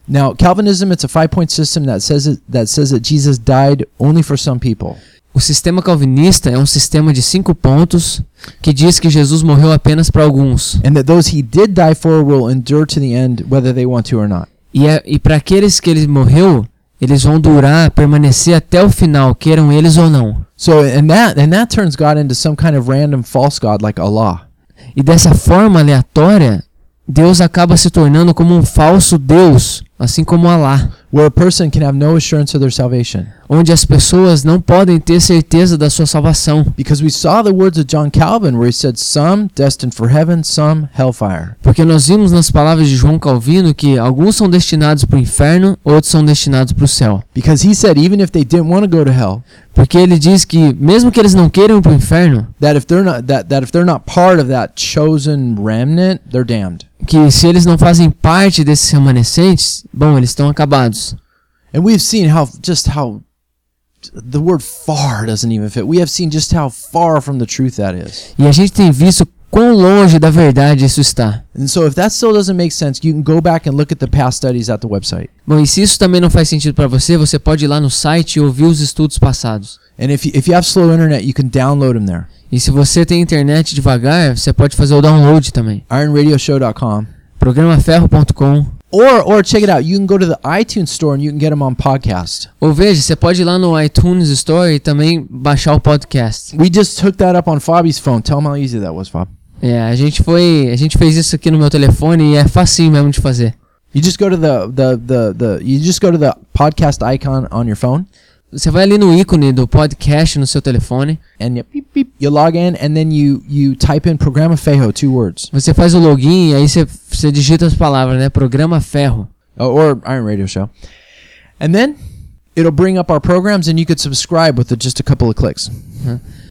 [SPEAKER 1] Now, Calvinism it's a five-point system that says it, that says that Jesus died only for some people.
[SPEAKER 2] O sistema calvinista é um sistema de cinco pontos que diz que Jesus morreu apenas para alguns.
[SPEAKER 1] and that those he did die for will endure to the end whether they want to or not.
[SPEAKER 2] E, é- e para aqueles que ele morreu, eles vão durar, permanecer até o final, queiram eles ou não.
[SPEAKER 1] So and that and that turns God into some kind of random false god like Allah.
[SPEAKER 2] E dessa forma aleatória, Deus acaba se tornando como um falso Deus, assim como Alá,
[SPEAKER 1] Where a person can have no assurance of their salvation.
[SPEAKER 2] onde as pessoas não podem ter certeza da sua salvação,
[SPEAKER 1] Because we saw the words of John Calvin where he said, Some destined for heaven, some hellfire.
[SPEAKER 2] porque nós vimos nas palavras de João Calvino que alguns são destinados para o inferno, outros são destinados para o céu.
[SPEAKER 1] Because he said, even if they didn't want to go to hell,
[SPEAKER 2] Porque ele diz que, mesmo que eles não queiram ir para o inferno,
[SPEAKER 1] that if they're not that, that if they're not part of that chosen remnant, they're damned.
[SPEAKER 2] que se eles não fazem parte desses remanescentes, bom, eles estão acabados.
[SPEAKER 1] And we've seen how just how the word far doesn't even fit. We have seen just how far from the truth that is.
[SPEAKER 2] E a gente tem visto quão longe da verdade isso está.
[SPEAKER 1] And so if that still doesn't make sense, you can go back and look at the past studies at the website.
[SPEAKER 2] Bom, e se isso também não faz sentido para você, você pode ir lá no site e ouvir os estudos passados.
[SPEAKER 1] And if you, if you have slow internet, you can download them there.
[SPEAKER 2] E se você tem internet devagar, você pode fazer o download também.
[SPEAKER 1] ironradioshow.com.
[SPEAKER 2] Programaferro.com.
[SPEAKER 1] Or or check it out. You can go to the iTunes store and you can get them on podcast.
[SPEAKER 2] Ou veja, você pode ir lá no iTunes Store e também baixar o podcast.
[SPEAKER 1] We just hooked that up on Fabi's phone. Tell him how easy that was, Fab.
[SPEAKER 2] É, a gente foi, a gente fez isso aqui no meu telefone e é facinho mesmo de fazer.
[SPEAKER 1] You just go to the the the, the you just go to the podcast icon on your phone
[SPEAKER 2] Você vai ali no ícone do podcast no seu telefone,
[SPEAKER 1] and you, beep, beep, you log in and then you you type in Programa Fejo, two words.
[SPEAKER 2] você faz o login e aí você, você digita as palavras, né? Programa Ferro.
[SPEAKER 1] Oh, or Iron Radio Show. And then it'll bring up our programs and you could subscribe with just a couple of clicks.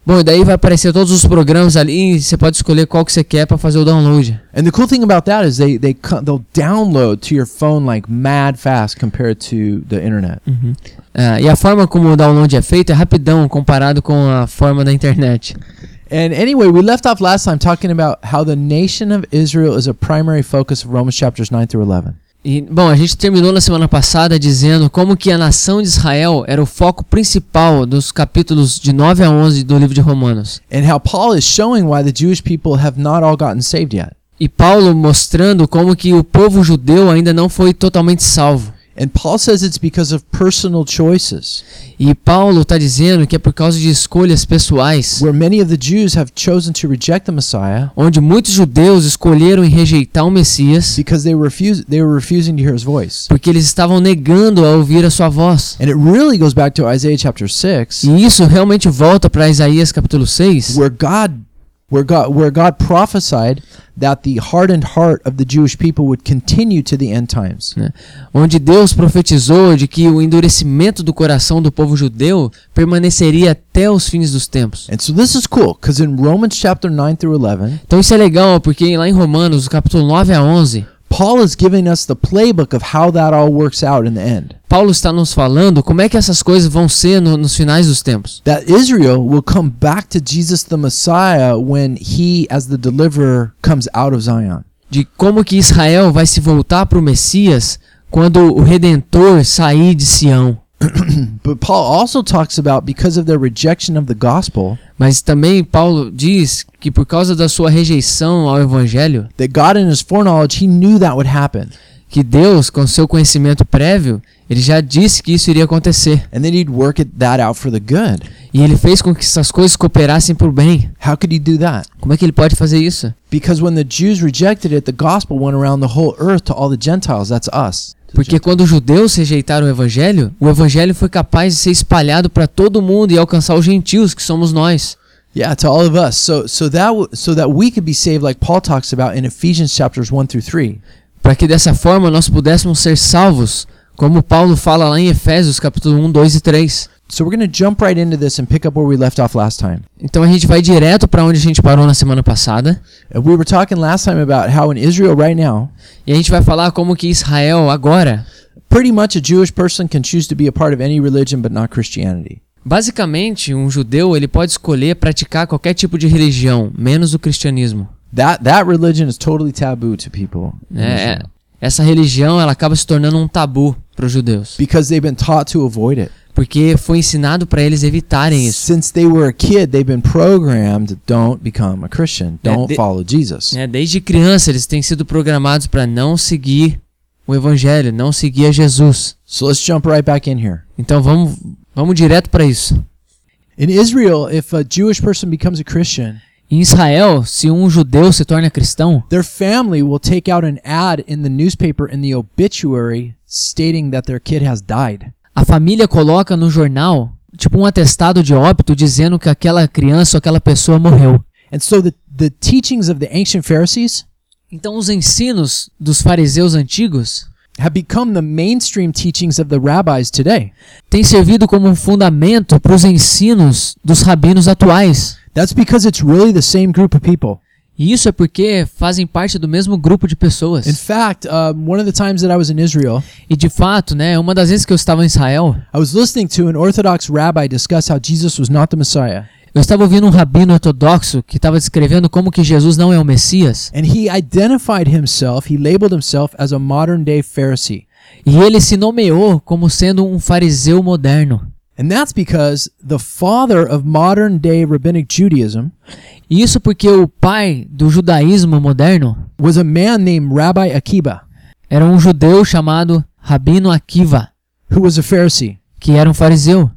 [SPEAKER 2] Bom, e daí vai aparecer todos os programas ali e você pode escolher qual que você quer pra fazer o download.
[SPEAKER 1] And the cool thing about that is they they co- they'll download to your phone like mad fast compared to the internet.
[SPEAKER 2] Ah, e a forma como o download é feito é rapidão comparado com a forma da internet.
[SPEAKER 1] And anyway, we left off last time talking about how the nation of Israel is a primary focus of Romans chapters 9 through 11.
[SPEAKER 2] E, bom, a gente terminou na semana passada dizendo como que a nação de Israel era o foco principal dos capítulos de 9 a 11 do livro de Romanos.
[SPEAKER 1] And how Paul is showing why the Jewish people have not all gotten saved yet.
[SPEAKER 2] E Paulo mostrando como que o povo judeu ainda não foi totalmente salvo.
[SPEAKER 1] And Paul says it's because of personal choices,
[SPEAKER 2] E Paulo está dizendo que é por causa de escolhas pessoais,
[SPEAKER 1] where many of the Jews have chosen to reject the Messiah
[SPEAKER 2] onde muitos judeus escolheram em rejeitar o Messias
[SPEAKER 1] because they refuse they were refusing to hear his voice.
[SPEAKER 2] porque eles estavam negando a ouvir a sua voz.
[SPEAKER 1] And it really goes back to Isaiah chapter 6
[SPEAKER 2] E isso realmente volta para Isaías capítulo 6,
[SPEAKER 1] where God where God, where God prophesied that the hardened heart of the Jewish people would continue to the end times.
[SPEAKER 2] né? onde Deus profetizou de que o endurecimento do coração do povo judeu permaneceria até os fins dos tempos.
[SPEAKER 1] And so this is cool because in Romans chapter 9 through 11,
[SPEAKER 2] Então isso é legal, porque lá em Romanos, do capítulo 9 a 11,
[SPEAKER 1] Paul is giving us the playbook of how that all works out in the end.
[SPEAKER 2] Paulo está nos falando como é que essas coisas vão ser no- nos finais dos tempos.
[SPEAKER 1] That Israel will come back to Jesus the Messiah when he, as the deliverer, comes out of Zion.
[SPEAKER 2] De como que Israel vai se voltar para o Messias quando o Redentor sair de Sião.
[SPEAKER 1] But Paul also talks about because of their rejection of the gospel,
[SPEAKER 2] Mas também Paulo diz que por causa da sua rejeição ao Evangelho,
[SPEAKER 1] that God, in his foreknowledge, he knew that would happen.
[SPEAKER 2] que Deus, com seu conhecimento prévio, ele já disse que isso iria acontecer.
[SPEAKER 1] And then he'd work it, that out for the good.
[SPEAKER 2] E ele fez com que essas coisas cooperassem por bem.
[SPEAKER 1] How could he do that?
[SPEAKER 2] Como é que ele pode fazer isso?
[SPEAKER 1] Because when the Jews rejected it, the gospel went around the whole earth to all the Gentiles. That's us.
[SPEAKER 2] Porque quando os judeus rejeitaram o evangelho, o evangelho foi capaz de ser espalhado para todo mundo e alcançar os gentios, que somos nós.
[SPEAKER 1] Yeah, to all of us. So so that w- so that we could be saved like Paul talks about in Ephesians chapters 1 through 3.
[SPEAKER 2] Para que dessa forma nós pudéssemos ser salvos, como Paulo fala lá em Efésios capítulo 1, 2 e 3.
[SPEAKER 1] So we're going to jump right into this and pick up where we left off last time.
[SPEAKER 2] Então a gente vai direto para onde a gente parou na semana passada,
[SPEAKER 1] And we were talking last time about how in Israel right now,
[SPEAKER 2] e a gente vai falar como que Israel agora
[SPEAKER 1] pretty much a Jewish person can choose to be a part of any religion but not Christianity.
[SPEAKER 2] Basicamente, um judeu ele pode escolher praticar qualquer tipo de religião, menos o cristianismo.
[SPEAKER 1] That that religion is totally taboo to people. in
[SPEAKER 2] né?
[SPEAKER 1] Israel
[SPEAKER 2] Essa religião ela acaba se tornando um tabu para os judeus,
[SPEAKER 1] Because they've been taught to avoid it.
[SPEAKER 2] porque foi ensinado para eles evitarem isso.
[SPEAKER 1] Since they were a kid, they've been programmed don't become a Christian,
[SPEAKER 2] Yeah,
[SPEAKER 1] don't
[SPEAKER 2] they-
[SPEAKER 1] follow Jesus.
[SPEAKER 2] né? Desde criança eles têm sido programados para não seguir o evangelho, não seguir a Jesus.
[SPEAKER 1] So let's jump right back in here.
[SPEAKER 2] Então vamos, vamos direto para isso.
[SPEAKER 1] In Israel, if a Jewish person becomes a Christian,
[SPEAKER 2] Em Israel, se um judeu se torna cristão,
[SPEAKER 1] their family will take out an ad in the newspaper in the obituary stating that their kid has died.
[SPEAKER 2] a família coloca no jornal tipo um atestado de óbito dizendo que aquela criança ou aquela pessoa morreu.
[SPEAKER 1] And so the, the teachings of the ancient Pharisees
[SPEAKER 2] Então os ensinos dos fariseus antigos
[SPEAKER 1] have become the mainstream teachings of the rabbis today.
[SPEAKER 2] têm servido como um fundamento para os ensinos dos rabinos atuais.
[SPEAKER 1] That's because it's really the same group of people.
[SPEAKER 2] E isso é porque fazem parte do mesmo grupo de
[SPEAKER 1] In
[SPEAKER 2] pessoas.
[SPEAKER 1] fact, um, one of the times that I was in Israel,
[SPEAKER 2] E de fato, né, uma das vezes que eu estava em Israel,
[SPEAKER 1] I was listening to an Orthodox rabbi discuss how Jesus was not the Messiah.
[SPEAKER 2] eu estava ouvindo um rabino ortodoxo que estava descrevendo como que Jesus não é o Messias,
[SPEAKER 1] And he identified himself, he labeled himself as a modern day Pharisee.
[SPEAKER 2] e ele se nomeou como sendo um fariseu moderno.
[SPEAKER 1] And that's because the father of modern day rabbinic Judaism
[SPEAKER 2] E isso porque o pai do judaísmo moderno
[SPEAKER 1] was a man named Rabbi Akiba,
[SPEAKER 2] era um judeu chamado Rabino Akiva,
[SPEAKER 1] who was a Pharisee.
[SPEAKER 2] que era um fariseu.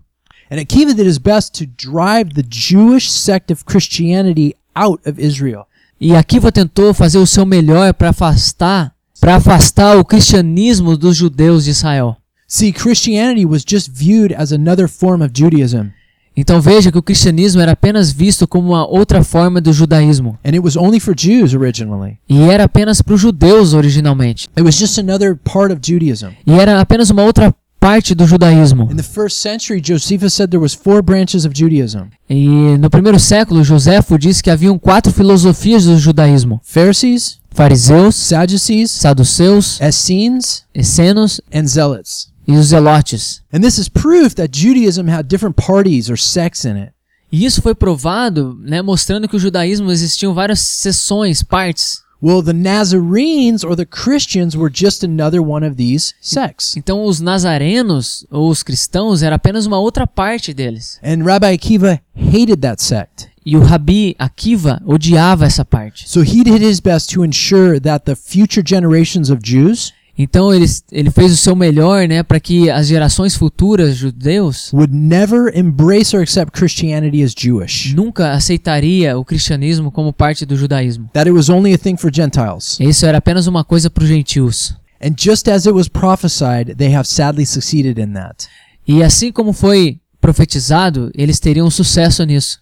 [SPEAKER 1] And Akiva did his best to drive the Jewish sect of Christianity out of Israel.
[SPEAKER 2] E Akiva tentou fazer o seu melhor para afastar, para afastar o cristianismo dos judeus de Israel.
[SPEAKER 1] See, Christianity was just viewed as another form of Judaism,
[SPEAKER 2] Então veja que o cristianismo era apenas visto como uma outra forma do judaísmo
[SPEAKER 1] and it was only for Jews originally.
[SPEAKER 2] e era apenas para os judeus originalmente
[SPEAKER 1] It was just another part of Judaism.
[SPEAKER 2] e era apenas uma outra parte do judaísmo.
[SPEAKER 1] In the first century, Josephus said there was four branches of Judaism:
[SPEAKER 2] E no primeiro século, Joséfo disse que haviam quatro filosofias do judaísmo:
[SPEAKER 1] Pharisees,
[SPEAKER 2] fariseus,
[SPEAKER 1] Sadducees,
[SPEAKER 2] saduceus,
[SPEAKER 1] Essenes,
[SPEAKER 2] essenos
[SPEAKER 1] and Zealots.
[SPEAKER 2] e os zelotes.
[SPEAKER 1] And this is proof that Judaism had different parties or sects in it.
[SPEAKER 2] E isso foi provado, né, mostrando que o judaísmo existiam várias seções, partes.
[SPEAKER 1] Well, the Nazarenes or the Christians were just another one of these sects.
[SPEAKER 2] Então os nazarenos ou os cristãos era apenas uma outra parte deles.
[SPEAKER 1] And Rabbi Akiva hated that sect.
[SPEAKER 2] E o Rabi Akiva odiava essa parte.
[SPEAKER 1] So he did his best to ensure that the future generations of Jews
[SPEAKER 2] Então ele, ele fez o seu melhor, né, para que as gerações futuras judeus
[SPEAKER 1] would never embrace or accept Christianity as Jewish,
[SPEAKER 2] nunca aceitaria o cristianismo como parte do judaísmo.
[SPEAKER 1] that it was only a thing for Gentiles.
[SPEAKER 2] Isso era apenas uma coisa para os gentios.
[SPEAKER 1] And just as it was prophesied, they have sadly succeeded in that.
[SPEAKER 2] E assim como foi profetizado, eles teriam sucesso nisso.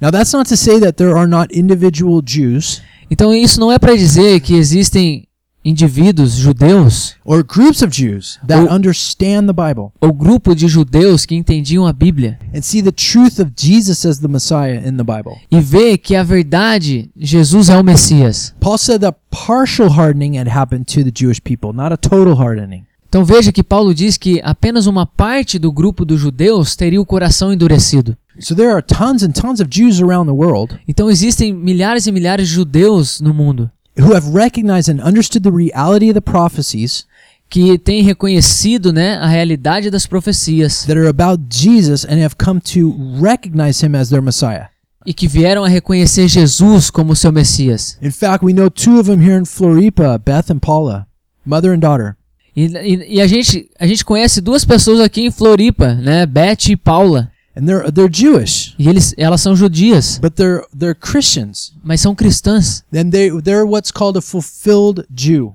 [SPEAKER 1] Now, that's not to say that there are not individual Jews
[SPEAKER 2] Então isso não é para dizer que existem indivíduos judeus
[SPEAKER 1] or groups of Jews that
[SPEAKER 2] Well-
[SPEAKER 1] understand the Bible
[SPEAKER 2] ou grupo de judeus que entendiam a Bíblia
[SPEAKER 1] and see the truth of Jesus as the Messiah in the Bible.
[SPEAKER 2] e vê que a verdade Jesus é o Messias.
[SPEAKER 1] Paul said that partial hardening had happened to the Jewish people, not a total hardening.
[SPEAKER 2] Então veja que Paulo diz que apenas uma parte do grupo dos judeus teria o coração endurecido.
[SPEAKER 1] So there are tons and tons of Jews around the world
[SPEAKER 2] Então existem milhares e milhares de judeus no mundo
[SPEAKER 1] who have recognized and understood the reality of the prophecies
[SPEAKER 2] que têm reconhecido, né, a realidade das profecias
[SPEAKER 1] that are about Jesus and have come to recognize him as their Messiah.
[SPEAKER 2] e que vieram a reconhecer Jesus como seu Messias.
[SPEAKER 1] In fact, we know two of them here in Floripa, Beth and Paula, mother and daughter.
[SPEAKER 2] E, e- e a gente a gente conhece duas pessoas aqui em Floripa, né, Beth e Paula,
[SPEAKER 1] And they're they're Jewish,
[SPEAKER 2] e eles elas são judias,
[SPEAKER 1] but they're they're Christians.
[SPEAKER 2] mas são cristãs.
[SPEAKER 1] Then they they're what's called a fulfilled Jew.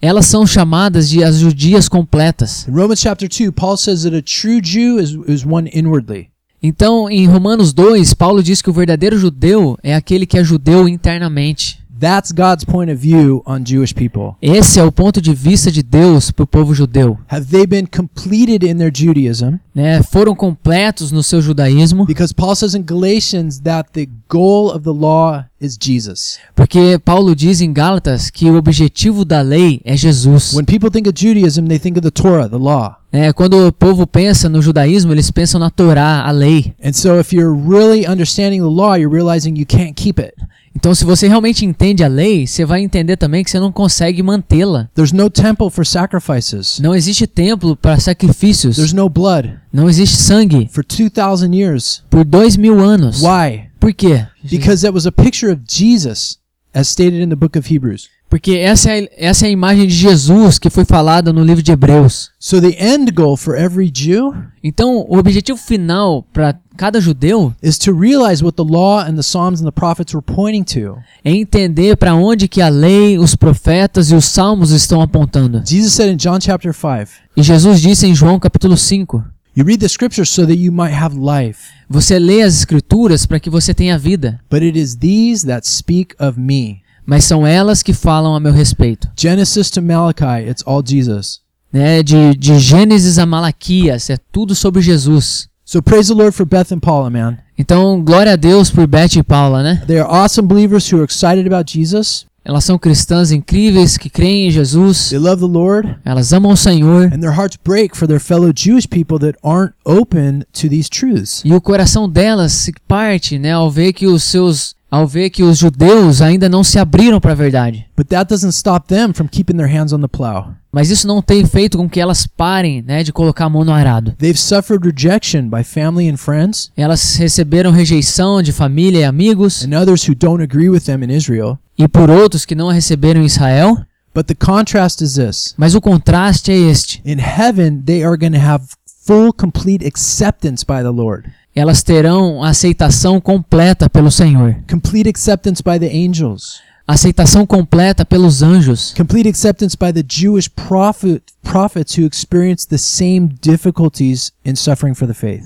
[SPEAKER 2] Elas são chamadas de as judias completas.
[SPEAKER 1] In Romans chapter 2, Paul says that a true Jew is, is one inwardly.
[SPEAKER 2] Então, em Romanos 2, Paulo diz que o verdadeiro judeu é aquele que é judeu internamente.
[SPEAKER 1] That's God's point of view on Jewish people.
[SPEAKER 2] Esse é o ponto de vista de Deus para o povo judeu.
[SPEAKER 1] Have they been completed in their Judaism?
[SPEAKER 2] né, foram completos no seu judaísmo,
[SPEAKER 1] Because Paul says in Galatians that the goal of the law is Jesus.
[SPEAKER 2] porque Paulo diz em Gálatas que o objetivo da lei é Jesus.
[SPEAKER 1] When people think of Judaism, they think of the Torah, the law.
[SPEAKER 2] É, quando o povo pensa no judaísmo, eles pensam na Torá, a lei.
[SPEAKER 1] And so if you're really understanding the law, you're realizing you can't keep it.
[SPEAKER 2] Então, se você realmente entende a lei, você vai entender também que você não consegue mantê-la.
[SPEAKER 1] There's no temple for sacrifices.
[SPEAKER 2] Não existe templo para sacrifícios,
[SPEAKER 1] There's no blood
[SPEAKER 2] não existe sangue
[SPEAKER 1] for 2,000 years.
[SPEAKER 2] por dois mil anos.
[SPEAKER 1] Why?
[SPEAKER 2] Por quê?
[SPEAKER 1] Because that was a picture of Jesus as stated in the book of Hebrews.
[SPEAKER 2] Porque essa é, a- essa é a imagem de Jesus que foi falada no livro de Hebreus.
[SPEAKER 1] So the end goal for every Jew
[SPEAKER 2] Então, o objetivo final para cada judeu
[SPEAKER 1] is to realize what the law and the Psalms and the prophets were pointing to.
[SPEAKER 2] é entender para onde que a lei, os profetas e os salmos estão apontando.
[SPEAKER 1] Jesus said in John chapter 5,
[SPEAKER 2] E Jesus disse em João capítulo 5:
[SPEAKER 1] You read the scriptures so that you might have life,
[SPEAKER 2] Você lê as escrituras para que você tenha vida,
[SPEAKER 1] but it is these that speak of me.
[SPEAKER 2] mas são elas que falam a meu respeito.
[SPEAKER 1] Genesis to Malachi, it's all Jesus.
[SPEAKER 2] Né? De, de Gênesis a Malaquias, é tudo sobre Jesus.
[SPEAKER 1] So praise the Lord for Beth and Paula, man.
[SPEAKER 2] Então, glória a Deus por Beth e Paula, né?
[SPEAKER 1] They are awesome believers who are excited about Jesus.
[SPEAKER 2] Elas são cristãs incríveis que creem em Jesus,
[SPEAKER 1] They love the Lord,
[SPEAKER 2] elas amam o Senhor
[SPEAKER 1] and their hearts break for their fellow Jewish people that aren't open to these truths.
[SPEAKER 2] e o coração delas se parte, né, ao ver que os seus, ao ver que os judeus ainda não se abriram para a verdade.
[SPEAKER 1] But that doesn't stop them from keeping their hands on the plow.
[SPEAKER 2] Mas isso não tem feito com que elas parem né, de colocar a mão no arado.
[SPEAKER 1] They've suffered rejection by family and friends
[SPEAKER 2] Elas receberam rejeição de família e amigos
[SPEAKER 1] and others who don't agree with them in Israel.
[SPEAKER 2] e por outros que não a receberam em Israel,
[SPEAKER 1] But the contrast is this
[SPEAKER 2] mas o contraste é este.
[SPEAKER 1] in heaven, they are going to have full, complete acceptance by the Lord,
[SPEAKER 2] Elas terão a aceitação completa pelo Senhor,
[SPEAKER 1] complete acceptance by the angels,
[SPEAKER 2] aceitação completa pelos anjos,
[SPEAKER 1] complete acceptance by the Jewish prophet, prophets who experienced the same difficulties in suffering for the faith.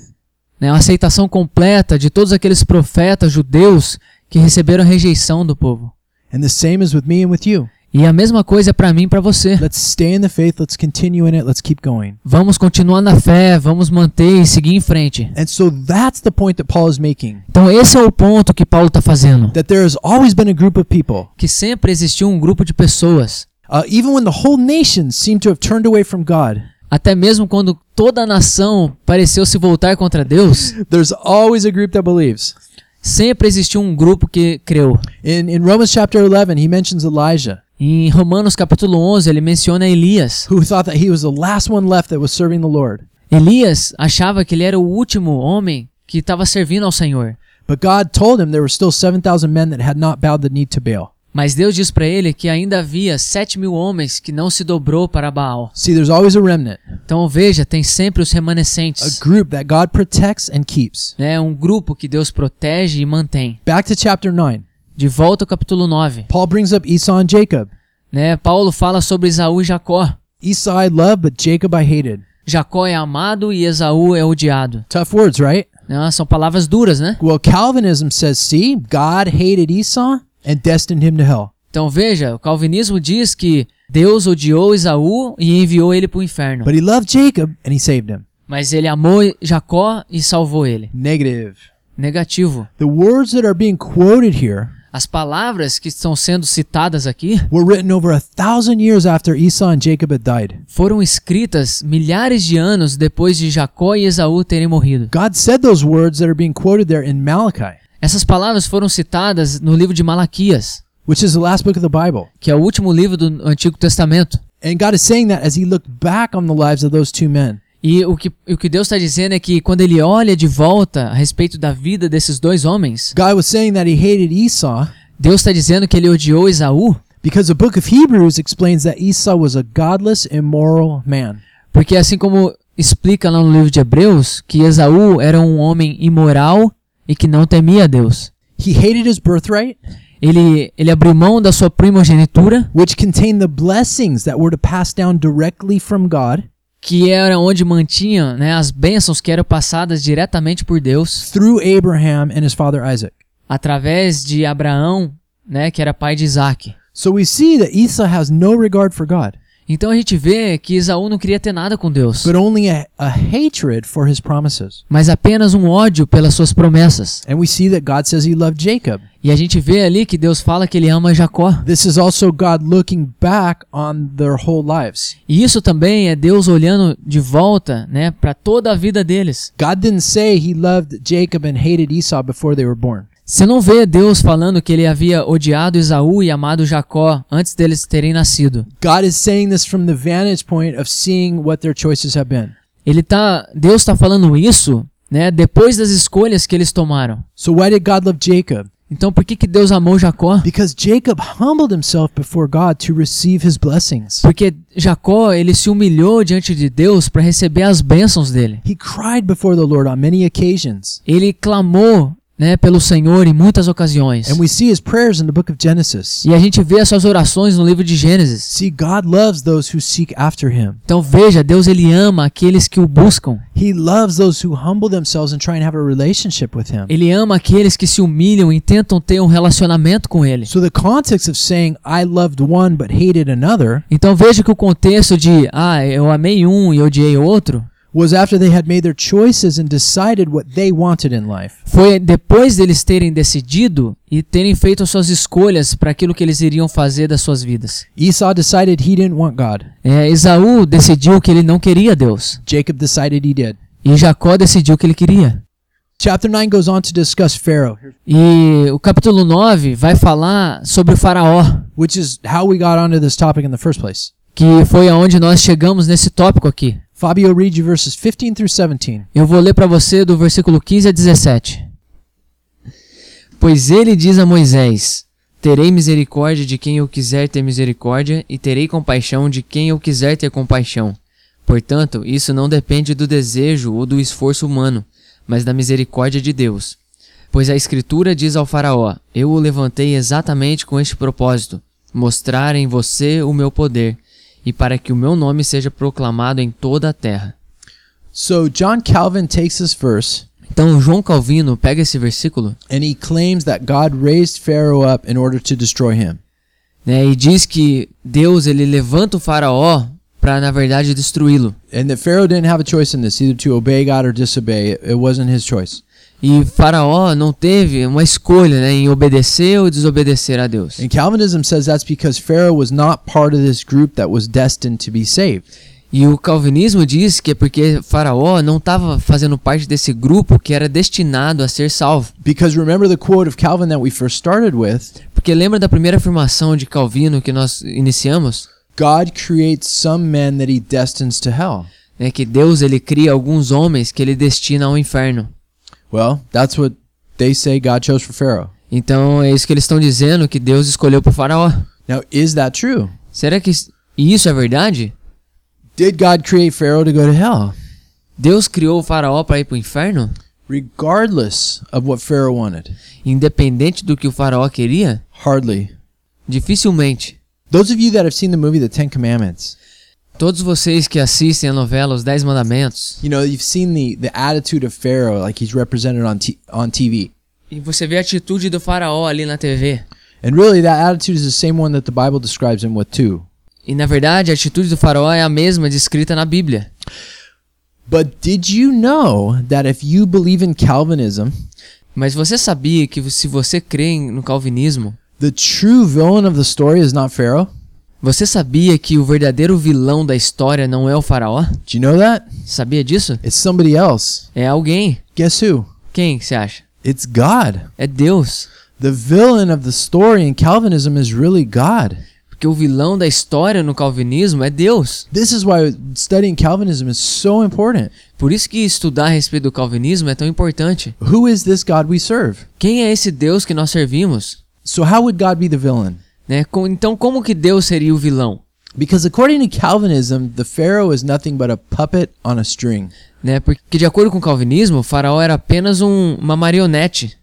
[SPEAKER 2] né, a aceitação completa de todos aqueles profetas judeus que receberam a rejeição do povo.
[SPEAKER 1] And the same is with me and with you.
[SPEAKER 2] E a mesma coisa é para mim e para você.
[SPEAKER 1] Let's stay in the faith, let's continue in it, let's keep going.
[SPEAKER 2] Vamos continuar na fé, vamos manter e seguir em frente.
[SPEAKER 1] And so that's the point that Paul is making.
[SPEAKER 2] Então esse é o ponto que Paulo está fazendo.
[SPEAKER 1] that there has always been a group of people,
[SPEAKER 2] que sempre existiu um grupo de pessoas,
[SPEAKER 1] uh, even when the whole nation seemed to have turned away from God,
[SPEAKER 2] até mesmo quando toda a nação pareceu se voltar contra Deus,
[SPEAKER 1] there's always a group that believes.
[SPEAKER 2] sempre existiu um grupo que creu.
[SPEAKER 1] In, in Romans chapter 11, he mentions Elijah,
[SPEAKER 2] Em Romanos capítulo 11, ele menciona Elias.
[SPEAKER 1] who thought that he was the last one left that was serving the Lord.
[SPEAKER 2] Elias achava que ele era o último homem que estava servindo ao Senhor.
[SPEAKER 1] But God told him there were still 7,000 men that had not bowed the knee to Baal.
[SPEAKER 2] Mas Deus diz para ele que ainda havia sete mil homens que não se dobrou para Baal.
[SPEAKER 1] See, there's always a remnant,
[SPEAKER 2] Então veja, tem sempre os
[SPEAKER 1] a
[SPEAKER 2] remanescentes.
[SPEAKER 1] group that God protects and keeps.
[SPEAKER 2] Né? Um grupo que Deus protege e mantém.
[SPEAKER 1] Back to chapter 9,
[SPEAKER 2] De volta ao capítulo 9.
[SPEAKER 1] Paul brings up Esau and Jacob.
[SPEAKER 2] Né? Paulo fala sobre Isaú e Jacó.
[SPEAKER 1] Esau I loved, but Jacob I hated.
[SPEAKER 2] Jacó é amado e Esaú é odiado.
[SPEAKER 1] Tough words, right?
[SPEAKER 2] Ah, são palavras duras, né?
[SPEAKER 1] Well, Calvinism says, see, God hated Esau and destined him to hell.
[SPEAKER 2] Então veja, o calvinismo diz que Deus odiou Esaú e enviou ele para o inferno.
[SPEAKER 1] But he loved Jacob and he saved him.
[SPEAKER 2] Mas ele amou Jacó e salvou ele.
[SPEAKER 1] Negative.
[SPEAKER 2] Negativo.
[SPEAKER 1] The words that are being quoted here
[SPEAKER 2] As palavras que estão sendo citadas aqui
[SPEAKER 1] were written over a thousand years after Esau and Jacob had died.
[SPEAKER 2] foram escritas milhares de anos depois de Jacó e Esaú terem morrido.
[SPEAKER 1] God said those words that are being quoted there in Malachi,
[SPEAKER 2] Essas palavras foram citadas no livro de Malaquias,
[SPEAKER 1] which is the last book of the Bible.
[SPEAKER 2] que é o último livro do Antigo Testamento.
[SPEAKER 1] And God is saying that as he looked back on the lives of those two men.
[SPEAKER 2] E o que, o que Deus está dizendo é que quando ele olha de volta a respeito da vida desses dois homens,
[SPEAKER 1] God was saying that he hated Esau
[SPEAKER 2] Deus está dizendo que ele odiou Esaú,
[SPEAKER 1] because the book of Hebrews explains that Esau was a godless, immoral man.
[SPEAKER 2] porque assim como explica lá no livro de Hebreus, que Esaú era um homem imoral e que não temia a Deus.
[SPEAKER 1] He hated his birthright,
[SPEAKER 2] Ele, ele abriu mão da sua primogenitura,
[SPEAKER 1] which contained the blessings that were to pass down directly from God
[SPEAKER 2] que era onde mantinha né, as bênçãos que eram passadas diretamente por Deus,
[SPEAKER 1] through Abraham and his father Isaac.
[SPEAKER 2] através de Abraão, né, que era pai de Isaac.
[SPEAKER 1] So we see that Esau has no regard for God,
[SPEAKER 2] Então a gente vê que Esaú não queria ter nada com Deus.
[SPEAKER 1] but only a, a hatred for his promises.
[SPEAKER 2] mas apenas um ódio pelas suas promessas.
[SPEAKER 1] And we see that God says he loved Jacob.
[SPEAKER 2] E a gente vê ali que Deus fala que ele ama Jacó.
[SPEAKER 1] This is also God looking back on their whole lives.
[SPEAKER 2] E isso também é Deus olhando de volta, né, para toda a vida deles.
[SPEAKER 1] God didn't say he loved Jacob and hated Esau before they were born.
[SPEAKER 2] Você não vê Deus falando que ele havia odiado Esaú e amado Jacó antes deles terem nascido.
[SPEAKER 1] God is saying this from the vantage point of seeing what their choices have been.
[SPEAKER 2] Ele tá, Deus está falando isso, né, depois das escolhas que eles tomaram.
[SPEAKER 1] So why did God love Jacob?
[SPEAKER 2] Então por que que Deus amou Jacó?
[SPEAKER 1] Because Jacob humbled himself before God to receive his blessings.
[SPEAKER 2] Porque Jacó, ele se humilhou diante de Deus para receber as bênçãos dele.
[SPEAKER 1] He cried before the Lord on many occasions.
[SPEAKER 2] Ele clamou, né, pelo Senhor em muitas ocasiões.
[SPEAKER 1] And we see his prayers in the book of Genesis.
[SPEAKER 2] E a gente vê essas orações no livro de Gênesis.
[SPEAKER 1] See, God loves those who seek after him.
[SPEAKER 2] Então veja, Deus ele ama aqueles que o buscam.
[SPEAKER 1] He loves those who humble themselves and try and have a relationship with him.
[SPEAKER 2] Ele ama aqueles que se humilham e tentam ter um relacionamento com ele.
[SPEAKER 1] So the context of saying I loved one but hated another
[SPEAKER 2] Então veja que o contexto de ah, eu amei um e odiei outro
[SPEAKER 1] was after they had made their choices and decided what they wanted in life.
[SPEAKER 2] foi depois deles terem decidido e terem feito as suas escolhas para aquilo que eles iriam fazer das suas vidas.
[SPEAKER 1] Esau decided he didn't want God.
[SPEAKER 2] É, Esaú decidiu que ele não queria Deus
[SPEAKER 1] Jacob decided he did.
[SPEAKER 2] e Jacó decidiu que ele queria.
[SPEAKER 1] Chapter 9 goes on to discuss Pharaoh,
[SPEAKER 2] E o capítulo 9 vai falar sobre o faraó.
[SPEAKER 1] which is how we got onto this topic in the first place.
[SPEAKER 2] que foi aonde nós chegamos nesse tópico aqui.
[SPEAKER 1] Fabio read you verses 15 through 17.
[SPEAKER 2] Eu vou ler para você do versículo 15 a 17. Pois ele diz a Moisés: Terei misericórdia de quem eu quiser ter misericórdia, e terei compaixão de quem eu quiser ter compaixão. Portanto, isso não depende do desejo ou do esforço humano, mas da misericórdia de Deus. Pois a Escritura diz ao Faraó: Eu o levantei exatamente com este propósito: mostrar em você o meu poder, e para que o meu nome seja proclamado em toda a terra.
[SPEAKER 1] So John Calvin takes this verse
[SPEAKER 2] Então João Calvino pega esse versículo
[SPEAKER 1] and he claims that God raised Pharaoh up in order to destroy him.
[SPEAKER 2] né, e diz que Deus ele levanta o faraó para na verdade destruí-lo.
[SPEAKER 1] And that Pharaoh didn't have a choice in this, either to obey God or disobey. It, it wasn't his choice.
[SPEAKER 2] E faraó não teve uma escolha né, em obedecer ou desobedecer a Deus.
[SPEAKER 1] And Calvinism says that's because Pharaoh was not part of this group that was destined to be saved.
[SPEAKER 2] E o calvinismo diz que é porque faraó não estava fazendo parte desse grupo que era destinado a ser salvo.
[SPEAKER 1] Because remember the quote of Calvin that we first started with
[SPEAKER 2] Porque lembra da primeira afirmação de Calvino que nós iniciamos?
[SPEAKER 1] God creates some men that he destines to hell.
[SPEAKER 2] Né, que Deus ele cria alguns homens que ele destina ao inferno.
[SPEAKER 1] Well, that's what they say God chose for Pharaoh.
[SPEAKER 2] Então é isso que eles estão dizendo que Deus escolheu para faraó.
[SPEAKER 1] Now, is that true?
[SPEAKER 2] Será que is- isso é verdade?
[SPEAKER 1] Did God create Pharaoh to go to hell?
[SPEAKER 2] Deus criou o faraó para ir para o inferno?
[SPEAKER 1] Regardless of what Pharaoh wanted?
[SPEAKER 2] Independente do que o faraó queria?
[SPEAKER 1] Hardly.
[SPEAKER 2] Dificilmente.
[SPEAKER 1] Those of you that have seen the movie The Ten Commandments,
[SPEAKER 2] Todos vocês que assistem a novela Os Dez Mandamentos,
[SPEAKER 1] You know, you've seen the, the attitude of Pharaoh, like he's represented on, t- on TV.
[SPEAKER 2] e você vê a atitude do faraó ali na TV.
[SPEAKER 1] And really, that attitude is the same one that the Bible describes him with, too.
[SPEAKER 2] E na verdade, a atitude do faraó é a mesma descrita na Bíblia.
[SPEAKER 1] But did you know that if you believe in Calvinism,
[SPEAKER 2] Mas você sabia que se você crê em- no calvinismo,
[SPEAKER 1] the true villain of the story is not Pharaoh?
[SPEAKER 2] você sabia que o verdadeiro vilão da história não é o faraó?
[SPEAKER 1] Do you know that?
[SPEAKER 2] Sabia disso?
[SPEAKER 1] It's somebody else.
[SPEAKER 2] É alguém.
[SPEAKER 1] Guess who?
[SPEAKER 2] Quem você acha?
[SPEAKER 1] It's God.
[SPEAKER 2] É Deus.
[SPEAKER 1] The villain of the story in Calvinism is really God.
[SPEAKER 2] Porque o vilão da história no calvinismo é Deus.
[SPEAKER 1] This is why studying Calvinism is so important.
[SPEAKER 2] Por isso que estudar a respeito do calvinismo é tão importante.
[SPEAKER 1] Who is this God we serve?
[SPEAKER 2] Quem é esse Deus que nós servimos?
[SPEAKER 1] So, how would God be the villain?
[SPEAKER 2] Né? Com- Então, como que Deus seria o vilão?
[SPEAKER 1] Because according to Calvinism, the Pharaoh is nothing but a puppet on a string.
[SPEAKER 2] Né? Porque, de acordo com o calvinismo, o faraó era apenas um- uma marionete.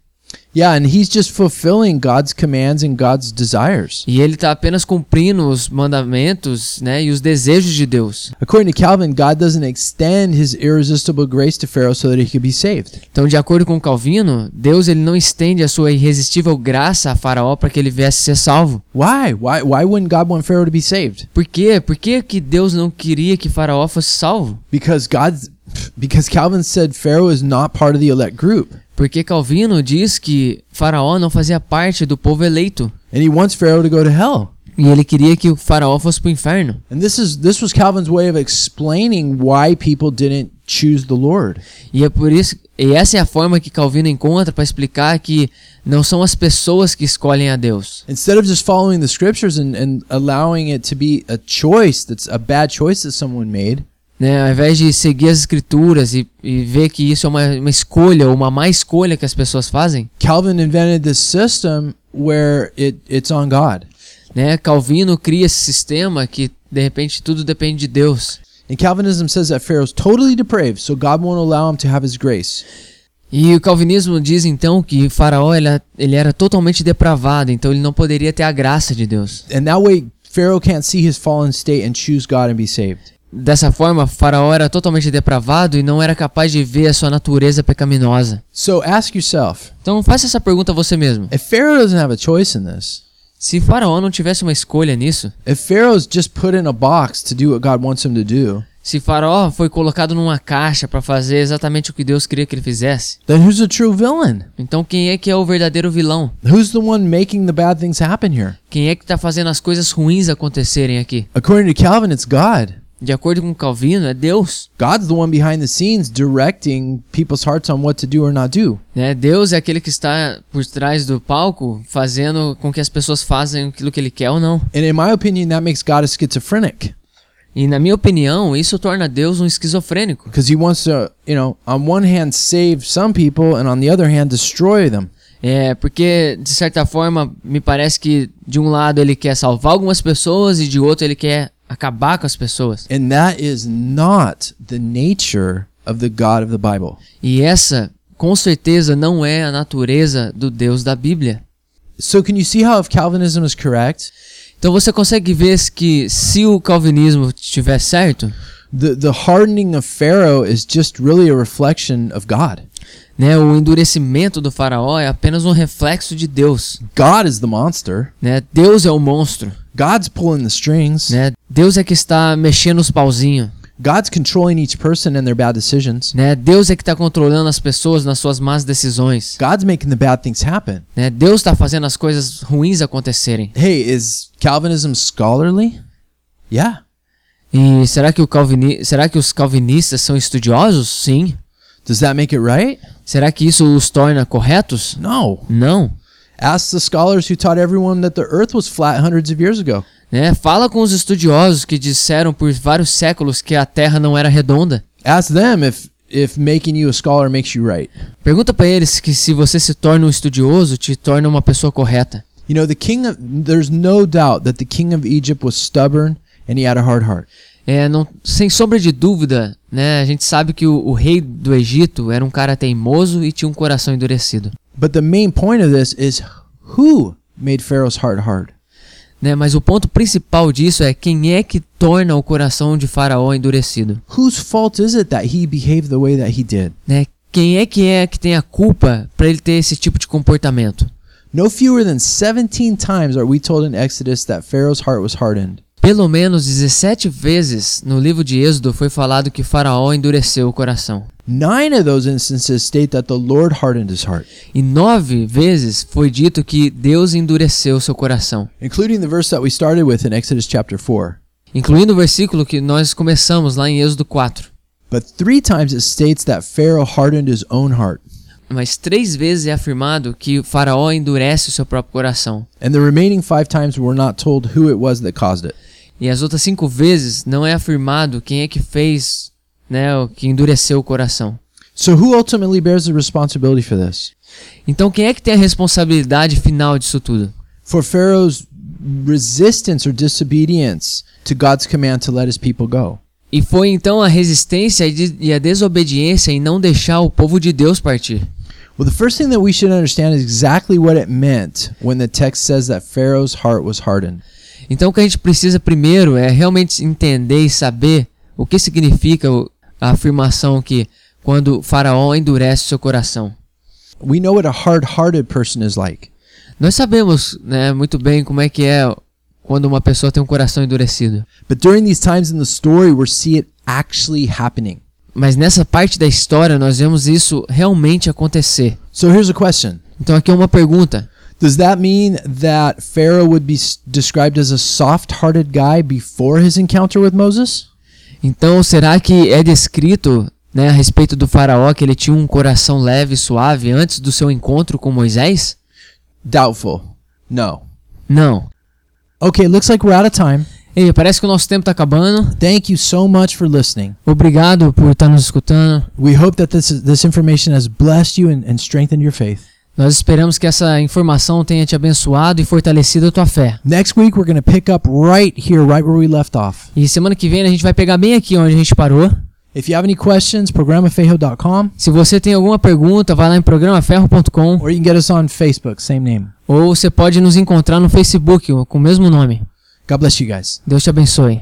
[SPEAKER 1] Yeah, and he's just fulfilling God's commands and God's desires.
[SPEAKER 2] E ele está apenas cumprindo os mandamentos né? e os desejos de Deus.
[SPEAKER 1] According to Calvin, God doesn't extend his irresistible grace to Pharaoh so that he could be saved.
[SPEAKER 2] Então, de acordo com o Calvino, Deus ele não estende a sua irresistível graça a faraó para que ele viesse ser salvo.
[SPEAKER 1] Why? Why why wouldn't God want Pharaoh to be saved?
[SPEAKER 2] Por quê? Por que, que Deus não queria que faraó fosse salvo?
[SPEAKER 1] Because God's because Calvin said Pharaoh is not part of the elect group.
[SPEAKER 2] Porque Calvino diz que faraó não fazia parte do povo eleito.
[SPEAKER 1] And he wants Pharaoh to go to hell.
[SPEAKER 2] E ele queria que o faraó fosse para o inferno.
[SPEAKER 1] And this is this was Calvin's way of explaining why people didn't choose the Lord.
[SPEAKER 2] E é por isso, e essa é a forma que Calvino encontra para explicar que não são as pessoas que escolhem a Deus.
[SPEAKER 1] Instead of just following the scriptures and, and allowing it to be a choice that's a bad choice that someone made,
[SPEAKER 2] Né? Ao invés de seguir as escrituras e, e ver que isso é uma, uma escolha ou uma má escolha que as pessoas fazem,
[SPEAKER 1] Calvin invented this system where it, it's on God.
[SPEAKER 2] né? Calvino cria esse sistema que de repente tudo depende de Deus.
[SPEAKER 1] And Calvinism says that Pharaoh's totally depraved, so God won't allow him to have his grace.
[SPEAKER 2] E o calvinismo diz então que Faraó ele, ele era totalmente depravado, então ele não poderia ter a graça de Deus.
[SPEAKER 1] And that way, Pharaoh can't see his fallen state and choose God and be saved.
[SPEAKER 2] Dessa forma, Faraó era totalmente depravado e não era capaz de ver a sua natureza pecaminosa.
[SPEAKER 1] So ask yourself
[SPEAKER 2] Então faça essa pergunta a você mesmo.
[SPEAKER 1] if Pharaoh doesn't have a choice in this,
[SPEAKER 2] Se Faraó não tivesse uma escolha nisso,
[SPEAKER 1] if Pharaoh's just put in a box to do what God wants him to do,
[SPEAKER 2] se Faraó foi colocado numa caixa para fazer exatamente o que Deus queria que ele fizesse,
[SPEAKER 1] then who's the true villain?
[SPEAKER 2] então quem é que é o verdadeiro vilão?
[SPEAKER 1] Who's the one making the bad things happen here?
[SPEAKER 2] Quem é que tá fazendo as coisas ruins acontecerem aqui?
[SPEAKER 1] According to Calvin, it's God.
[SPEAKER 2] De acordo com Calvino, é Deus.
[SPEAKER 1] God's the one behind the scenes directing people's hearts on what to do or not do.
[SPEAKER 2] Né? Deus é aquele que está por trás do palco fazendo com que as pessoas façam aquilo que ele quer ou não.
[SPEAKER 1] And in my opinion, that makes God a schizophrenic
[SPEAKER 2] E na minha opinião, isso torna Deus um esquizofrênico.
[SPEAKER 1] because he wants to, you know, on one hand save some people and on the other hand destroy them.
[SPEAKER 2] É, porque de certa forma me parece que de um lado ele quer salvar algumas pessoas e de outro ele quer acabar com as pessoas.
[SPEAKER 1] And that is not the nature of the God of the Bible.
[SPEAKER 2] E essa, com certeza, não é a natureza do Deus da Bíblia.
[SPEAKER 1] So can you see how if Calvinism is correct,
[SPEAKER 2] Então você consegue ver que se o calvinismo estiver certo,
[SPEAKER 1] the the hardening of Pharaoh is just really a reflection of God.
[SPEAKER 2] né, o endurecimento do faraó é apenas um reflexo de Deus.
[SPEAKER 1] God is the monster.
[SPEAKER 2] né? Deus é o monstro,
[SPEAKER 1] God's pulling the strings.
[SPEAKER 2] né? Deus é que está mexendo os pauzinhos,
[SPEAKER 1] God's controlling each person and their bad decisions.
[SPEAKER 2] né? Deus é que está controlando as pessoas nas suas más decisões,
[SPEAKER 1] God's making the bad things happen.
[SPEAKER 2] né? Deus está fazendo as coisas ruins acontecerem.
[SPEAKER 1] Hey, is Calvinism scholarly? Yeah.
[SPEAKER 2] E será que o calvini será que os calvinistas são estudiosos? Sim.
[SPEAKER 1] Does that make it right?
[SPEAKER 2] Será que isso os torna corretos?
[SPEAKER 1] No.
[SPEAKER 2] Não.
[SPEAKER 1] Ask the scholars who taught everyone that the earth was flat hundreds of years ago.
[SPEAKER 2] Né? Fala com os estudiosos que disseram por vários séculos que a Terra não era redonda.
[SPEAKER 1] Ask them if if making you a scholar makes you right.
[SPEAKER 2] Pergunta para eles que se você se torna um estudioso, te torna uma pessoa correta.
[SPEAKER 1] You know, the king of there's no doubt that the king of Egypt was stubborn and he had a hard heart.
[SPEAKER 2] É, não- sem sombra de dúvida, né? A gente sabe que o, o rei do Egito era um cara teimoso e tinha um coração endurecido.
[SPEAKER 1] But the main point of this is who made Pharaoh's heart hard?
[SPEAKER 2] Né? Mas o ponto principal disso é quem é que torna o coração de Faraó endurecido?
[SPEAKER 1] Whose fault is it that he behaved the way that he did?
[SPEAKER 2] Né? Quem é que é que tem a culpa para ele ter esse tipo de comportamento?
[SPEAKER 1] No fewer than 17 times are we told in Exodus that Pharaoh's heart was hardened.
[SPEAKER 2] Pelo menos 17 vezes no livro de Êxodo foi falado que Faraó endureceu o coração.
[SPEAKER 1] Nine of those instances state that the Lord hardened his heart,
[SPEAKER 2] E nove vezes foi dito que Deus endureceu seu coração.
[SPEAKER 1] including the verse that we started with in Exodus chapter 4.
[SPEAKER 2] Incluindo o versículo que nós começamos lá em Êxodo 4.
[SPEAKER 1] But three times it states that Pharaoh hardened his own heart.
[SPEAKER 2] Mas três vezes é afirmado que Faraó endurece o seu próprio coração.
[SPEAKER 1] And the remaining five times we're not told who it was that caused it.
[SPEAKER 2] E as outras cinco vezes não é afirmado quem é que fez, né, o que endureceu o coração.
[SPEAKER 1] So who ultimately bears the responsibility for this?
[SPEAKER 2] Então quem é que tem a responsabilidade final disso tudo?
[SPEAKER 1] For Pharaoh's resistance or disobedience to God's command to let his people go.
[SPEAKER 2] E foi então a resistência e de- e a desobediência em não deixar o povo de Deus partir.
[SPEAKER 1] Well, the first thing that we should understand is exactly what it meant when the text says that Pharaoh's heart was hardened.
[SPEAKER 2] Então o que a gente precisa primeiro é realmente entender e saber o que significa o- a afirmação que quando Faraó endurece seu coração.
[SPEAKER 1] We know what a hard-hearted person is like.
[SPEAKER 2] Nós sabemos né, muito bem como é que é quando uma pessoa tem um coração endurecido.
[SPEAKER 1] But during these times in the story, we see it actually happening.
[SPEAKER 2] Mas nessa parte da história nós vemos isso realmente acontecer.
[SPEAKER 1] So here's a question.
[SPEAKER 2] Então aqui é uma pergunta.
[SPEAKER 1] Does that mean that Pharaoh would be s- described as a soft-hearted guy before his encounter with Moses?
[SPEAKER 2] Então será que é descrito né, a respeito do faraó que ele tinha um coração leve e suave antes do seu encontro com Moisés?
[SPEAKER 1] Doubtful. No.
[SPEAKER 2] Não.
[SPEAKER 1] Okay, looks like we're out of time.
[SPEAKER 2] Ei, parece que o nosso tempo está acabando.
[SPEAKER 1] Thank you so much for listening.
[SPEAKER 2] Obrigado por estar nos escutando.
[SPEAKER 1] We hope that this is, this information has blessed you and, and strengthened your faith.
[SPEAKER 2] Nós esperamos que essa informação tenha te abençoado e fortalecido a tua fé.
[SPEAKER 1] Next week we're going to pick up right here, right where we left off.
[SPEAKER 2] E semana que vem a gente vai pegar bem aqui onde a gente parou.
[SPEAKER 1] If you have any questions, programafejo.com
[SPEAKER 2] Se você tem alguma pergunta, vai lá em programaferro.com
[SPEAKER 1] or you can get us on Facebook, same name.
[SPEAKER 2] ou você pode nos encontrar no Facebook com o mesmo nome.
[SPEAKER 1] God bless you guys.
[SPEAKER 2] Deus te abençoe.